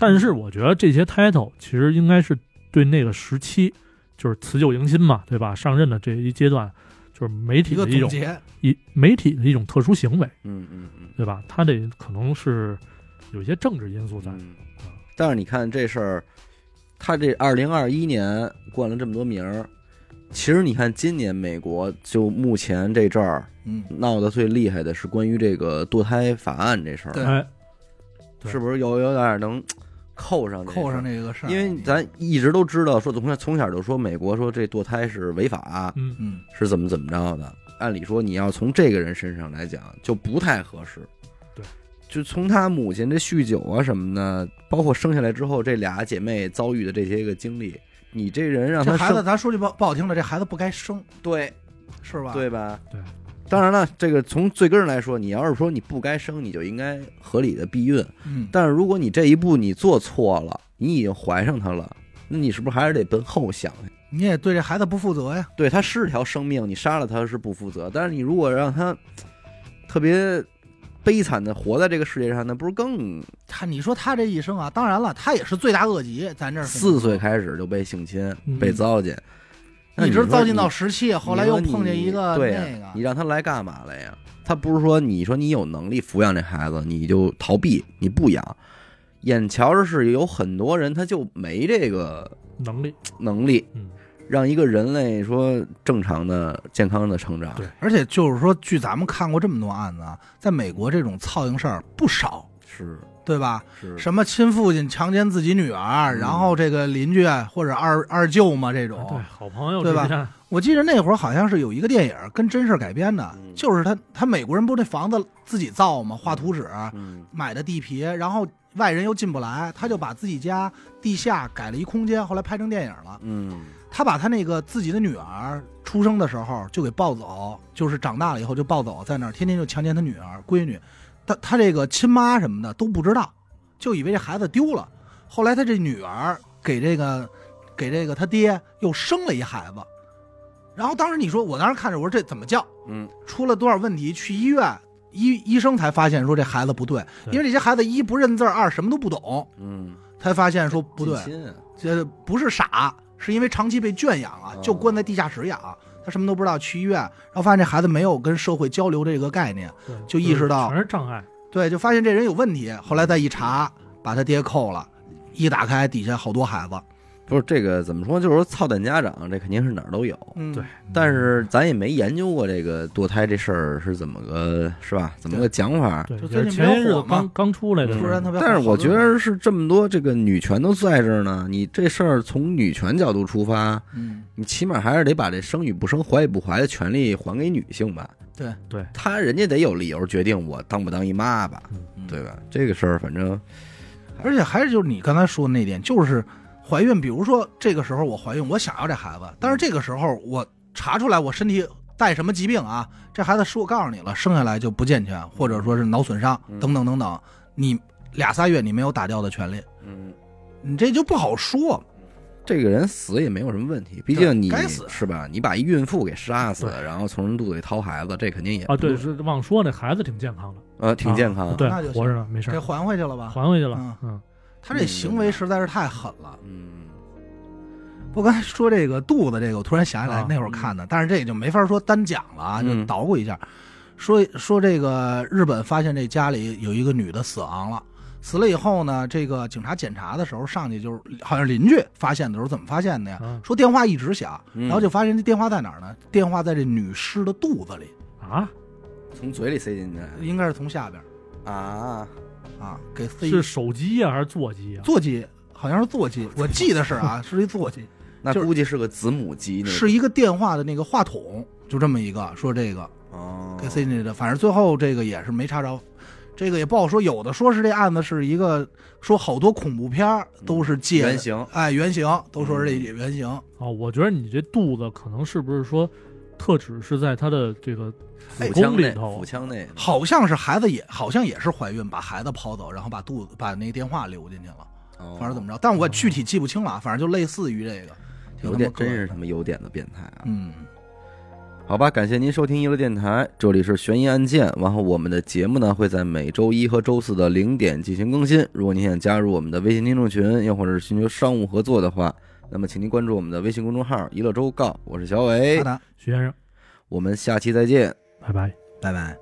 [SPEAKER 3] 但是我觉得这些 title 其实应该是对那个时期，就是辞旧迎新嘛，对吧？上任的这一阶段，就是媒体
[SPEAKER 2] 一个
[SPEAKER 3] 的一
[SPEAKER 2] 总
[SPEAKER 3] 种
[SPEAKER 2] 结，
[SPEAKER 3] 一媒体的一种特殊行为，
[SPEAKER 1] 嗯嗯嗯。
[SPEAKER 3] 对吧？他得可能是有一些政治因素在。
[SPEAKER 1] 嗯，但是你看这事儿，他这二零二一年冠了这么多名儿，其实你看今年美国就目前这阵儿
[SPEAKER 2] 嗯，
[SPEAKER 1] 闹得最厉害的是关于这个堕胎法案这事儿，
[SPEAKER 2] 对
[SPEAKER 3] 哎，对
[SPEAKER 1] 是不是有有点儿能扣上
[SPEAKER 2] 扣上
[SPEAKER 1] 这
[SPEAKER 2] 这个事
[SPEAKER 1] 事
[SPEAKER 2] 儿，
[SPEAKER 1] 儿？因为咱一直都知道，说从小从小就说美国说这堕胎是违法，
[SPEAKER 3] 嗯，
[SPEAKER 2] 嗯，
[SPEAKER 1] 是怎么怎么着的。按理说，你要从这个人身上来讲，就不太合适。
[SPEAKER 3] 对，
[SPEAKER 1] 就从他母亲这酗酒啊什么的，包括生下来之后这俩姐妹遭遇的这些个经历，你这人让
[SPEAKER 2] 这
[SPEAKER 1] 他
[SPEAKER 2] 孩
[SPEAKER 1] 生
[SPEAKER 2] 子，咱说句不不好听的，这孩子不该生，
[SPEAKER 1] 对
[SPEAKER 2] 是吧？
[SPEAKER 1] 对吧？
[SPEAKER 3] 对。
[SPEAKER 1] 当然了，这个从最根上来说，你要是说你不该生，你就应该合理的避孕。
[SPEAKER 2] 嗯，
[SPEAKER 1] 但是如果你这一步你做错了，你已经怀上他了，那你是不是还是得奔后想呀？
[SPEAKER 2] 你也对这孩子不负责呀。
[SPEAKER 1] 对他是条生命，你杀了他是不负责，但是你如果让他特别悲惨的活在这个世界上，那不是更
[SPEAKER 2] 他你说他这一生啊，当然了，他也是罪大恶极，咱这儿
[SPEAKER 1] 四岁开始就被性侵、
[SPEAKER 3] 嗯
[SPEAKER 1] 被糟践，那
[SPEAKER 2] 一
[SPEAKER 1] 你
[SPEAKER 2] 直
[SPEAKER 1] 说
[SPEAKER 2] 糟践
[SPEAKER 1] 你
[SPEAKER 2] 到十七，后来又碰见一个
[SPEAKER 1] 你说你对呀
[SPEAKER 2] 那个
[SPEAKER 1] 你，让他来干嘛来呀？他不是说你说你有能力抚养这孩子，你就逃避，你不养。眼瞧着是有很多人他就没这个
[SPEAKER 3] 能力，
[SPEAKER 1] 能力，
[SPEAKER 3] 嗯，
[SPEAKER 1] 让一个人类说正常的、健康的成长。
[SPEAKER 3] 对
[SPEAKER 2] 而且就是说，据咱们看过这么多案子啊，在美国这种操营事儿不少，
[SPEAKER 1] 是
[SPEAKER 2] 对吧？
[SPEAKER 1] 是
[SPEAKER 2] 什么亲父亲强奸自己女儿，
[SPEAKER 1] 嗯
[SPEAKER 2] 然后这个邻居啊或者二二舅嘛这
[SPEAKER 3] 哎啊对，
[SPEAKER 2] 种。
[SPEAKER 3] 好朋友
[SPEAKER 2] 对吧
[SPEAKER 3] 之间
[SPEAKER 2] 我记得那会儿好像是有一个电影跟真事儿改编的
[SPEAKER 1] 嗯，
[SPEAKER 2] 就是他他美国人不那房子自己造嘛，画图纸
[SPEAKER 1] 嗯
[SPEAKER 2] 买的地皮，然后外人又进不来，他就把自己家地下改了一空间，后来拍成电影了。
[SPEAKER 1] 嗯
[SPEAKER 2] 他把他那个自己的女儿出生的时候就给抱走，就是长大了以后就抱走，在那儿天天就强奸他女儿闺女，他他这个亲妈什么的都不知道，就以为这孩子丢了。后来他这女儿给这个给这个他爹又生了一孩子，然后当时你说我当时看着我说这怎么叫？
[SPEAKER 1] 嗯，
[SPEAKER 2] 出了多少问题？去医院医医生才发现说这孩子不对，
[SPEAKER 3] 对
[SPEAKER 2] 因为这些孩子一不认字儿，二什么都不懂，
[SPEAKER 1] 嗯，
[SPEAKER 2] 才发现说不对，
[SPEAKER 1] 近亲啊
[SPEAKER 2] 这不是傻，是因为长期被圈养啊
[SPEAKER 1] 哦，
[SPEAKER 2] 就关在地下室养，他什么都不知道，去医院，然后发现这孩子没有跟社会交流这个概念，
[SPEAKER 3] 对
[SPEAKER 2] 就意识到
[SPEAKER 3] 全是障碍，
[SPEAKER 2] 对，就发现这人有问题，后来再一查，把他爹扣了，一打开底下好多孩子，
[SPEAKER 1] 不是这个怎么说？就是说操蛋家长，这肯定是哪儿都有。
[SPEAKER 2] 嗯，
[SPEAKER 3] 对，
[SPEAKER 1] 但是咱也没研究过这个堕胎这事儿是怎么个是吧？怎么个讲法？
[SPEAKER 3] 对，
[SPEAKER 2] 就
[SPEAKER 3] 也
[SPEAKER 2] 最
[SPEAKER 3] 是
[SPEAKER 2] 近
[SPEAKER 3] 前
[SPEAKER 2] 比
[SPEAKER 3] 些
[SPEAKER 2] 较
[SPEAKER 3] 日
[SPEAKER 2] 火
[SPEAKER 3] 子刚
[SPEAKER 2] 嘛
[SPEAKER 3] 刚出来的时
[SPEAKER 2] 突
[SPEAKER 3] 候，
[SPEAKER 2] 然特别好，
[SPEAKER 1] 但是我觉
[SPEAKER 2] 好多人，
[SPEAKER 1] 得是这么多这个女权都在这儿呢，你这事儿从女权角度出发，
[SPEAKER 2] 嗯，
[SPEAKER 1] 你起码还是得把这生与不生、怀与不怀的权利还给女性吧。
[SPEAKER 2] 对
[SPEAKER 3] 对，
[SPEAKER 1] 她人家得有理由决定我当不当姨妈吧，
[SPEAKER 2] 嗯
[SPEAKER 1] 对吧？这个事儿反正
[SPEAKER 2] 而且还是就是你刚才说的那点，就是怀孕，比如说这个时候我怀孕，我想要这孩子，但是这个时候我查出来我身体带什么疾病啊，这孩子是我告诉你了，生下来就不健全，或者说是脑损伤
[SPEAKER 1] 嗯
[SPEAKER 2] 等等等等，你俩仨月你没有打掉的权利，
[SPEAKER 1] 嗯，
[SPEAKER 2] 你这就不好说。
[SPEAKER 1] 这个人死也没有什么问题，毕竟你
[SPEAKER 2] 该死
[SPEAKER 1] 是吧？你把一孕妇给杀死，
[SPEAKER 3] 对
[SPEAKER 1] 然后从人肚子里掏孩子，这肯定也
[SPEAKER 3] 啊，对，
[SPEAKER 1] 不
[SPEAKER 3] 是忘说那孩子挺健康的，
[SPEAKER 1] 呃挺健康
[SPEAKER 3] 啊
[SPEAKER 1] 的，
[SPEAKER 3] 对
[SPEAKER 2] 那就，行
[SPEAKER 3] 活着呢，没事
[SPEAKER 2] 给
[SPEAKER 3] 儿，
[SPEAKER 2] 还回去了吧？
[SPEAKER 3] 还回去了，嗯，
[SPEAKER 2] 他这行为实在是太狠了。
[SPEAKER 1] 嗯，
[SPEAKER 2] 不，刚才说这个肚子这个，我突然想起来
[SPEAKER 3] 啊
[SPEAKER 2] 那会儿看的，但是这也就没法说单讲了啊，
[SPEAKER 1] 嗯
[SPEAKER 2] 就捣鼓一下。说说这个日本发现这家里有一个女的死亡了，死了以后呢，这个警察检查的时候上去就是好像邻居发现的时候怎么发现的呀？
[SPEAKER 3] 啊嗯
[SPEAKER 2] 说电话一直响，
[SPEAKER 1] 然
[SPEAKER 2] 然后就发现这电话在哪儿呢？电话在这女尸的肚子里，
[SPEAKER 3] 啊，
[SPEAKER 1] 从嘴里塞进去
[SPEAKER 2] 应该是从下边
[SPEAKER 1] 啊，
[SPEAKER 2] 啊给塞
[SPEAKER 3] 是手机呀还是座机呀？
[SPEAKER 2] 座机，好像是座机，我记得是
[SPEAKER 3] <laughs>
[SPEAKER 2] 啊，是一座机。
[SPEAKER 1] 那
[SPEAKER 2] 就是
[SPEAKER 1] 估计是个子母鸡，那
[SPEAKER 2] 是一个电话的那个话筒，就这么一个说这个
[SPEAKER 1] 哦
[SPEAKER 2] 给塞进去的，反正最后这个也是没查着，这个也不好说。有的说是这案子是一个说好多恐怖片儿都是借的
[SPEAKER 1] 原，型，
[SPEAKER 2] 哎，原型都说是这原型，
[SPEAKER 3] 哦，我觉得你这肚子可能是不是说，特指是在他的这个
[SPEAKER 1] 腹
[SPEAKER 3] 子宫
[SPEAKER 1] 腔
[SPEAKER 3] 里
[SPEAKER 1] 内，
[SPEAKER 3] 头
[SPEAKER 1] 腹，腔内，
[SPEAKER 2] 好像是孩子也好像也是怀孕，把孩子抛走，然后把肚子把那个电话留进去了，
[SPEAKER 1] 反
[SPEAKER 2] 反正怎么着，但我具体记不清了，啊反正就类似于这个，挺
[SPEAKER 1] 哦有
[SPEAKER 2] 他
[SPEAKER 1] 点
[SPEAKER 2] 妈可
[SPEAKER 1] 真是
[SPEAKER 2] 恶
[SPEAKER 1] 他
[SPEAKER 2] 的，
[SPEAKER 1] 妈有点的变态啊！
[SPEAKER 2] 嗯，
[SPEAKER 1] 好吧，感谢您收听一乐电台，这里是悬疑案件。然后我们的节目呢会在每周一和周四的零点进行更新。如果您想加入我们的微信听众群，又或者是寻求商务合作的话，那么请您关注我们的微信公众号“一乐周告”。我是小伟
[SPEAKER 2] 好，的，
[SPEAKER 3] 徐先生，
[SPEAKER 1] 我们下期再见。
[SPEAKER 3] 拜拜。
[SPEAKER 2] 拜拜。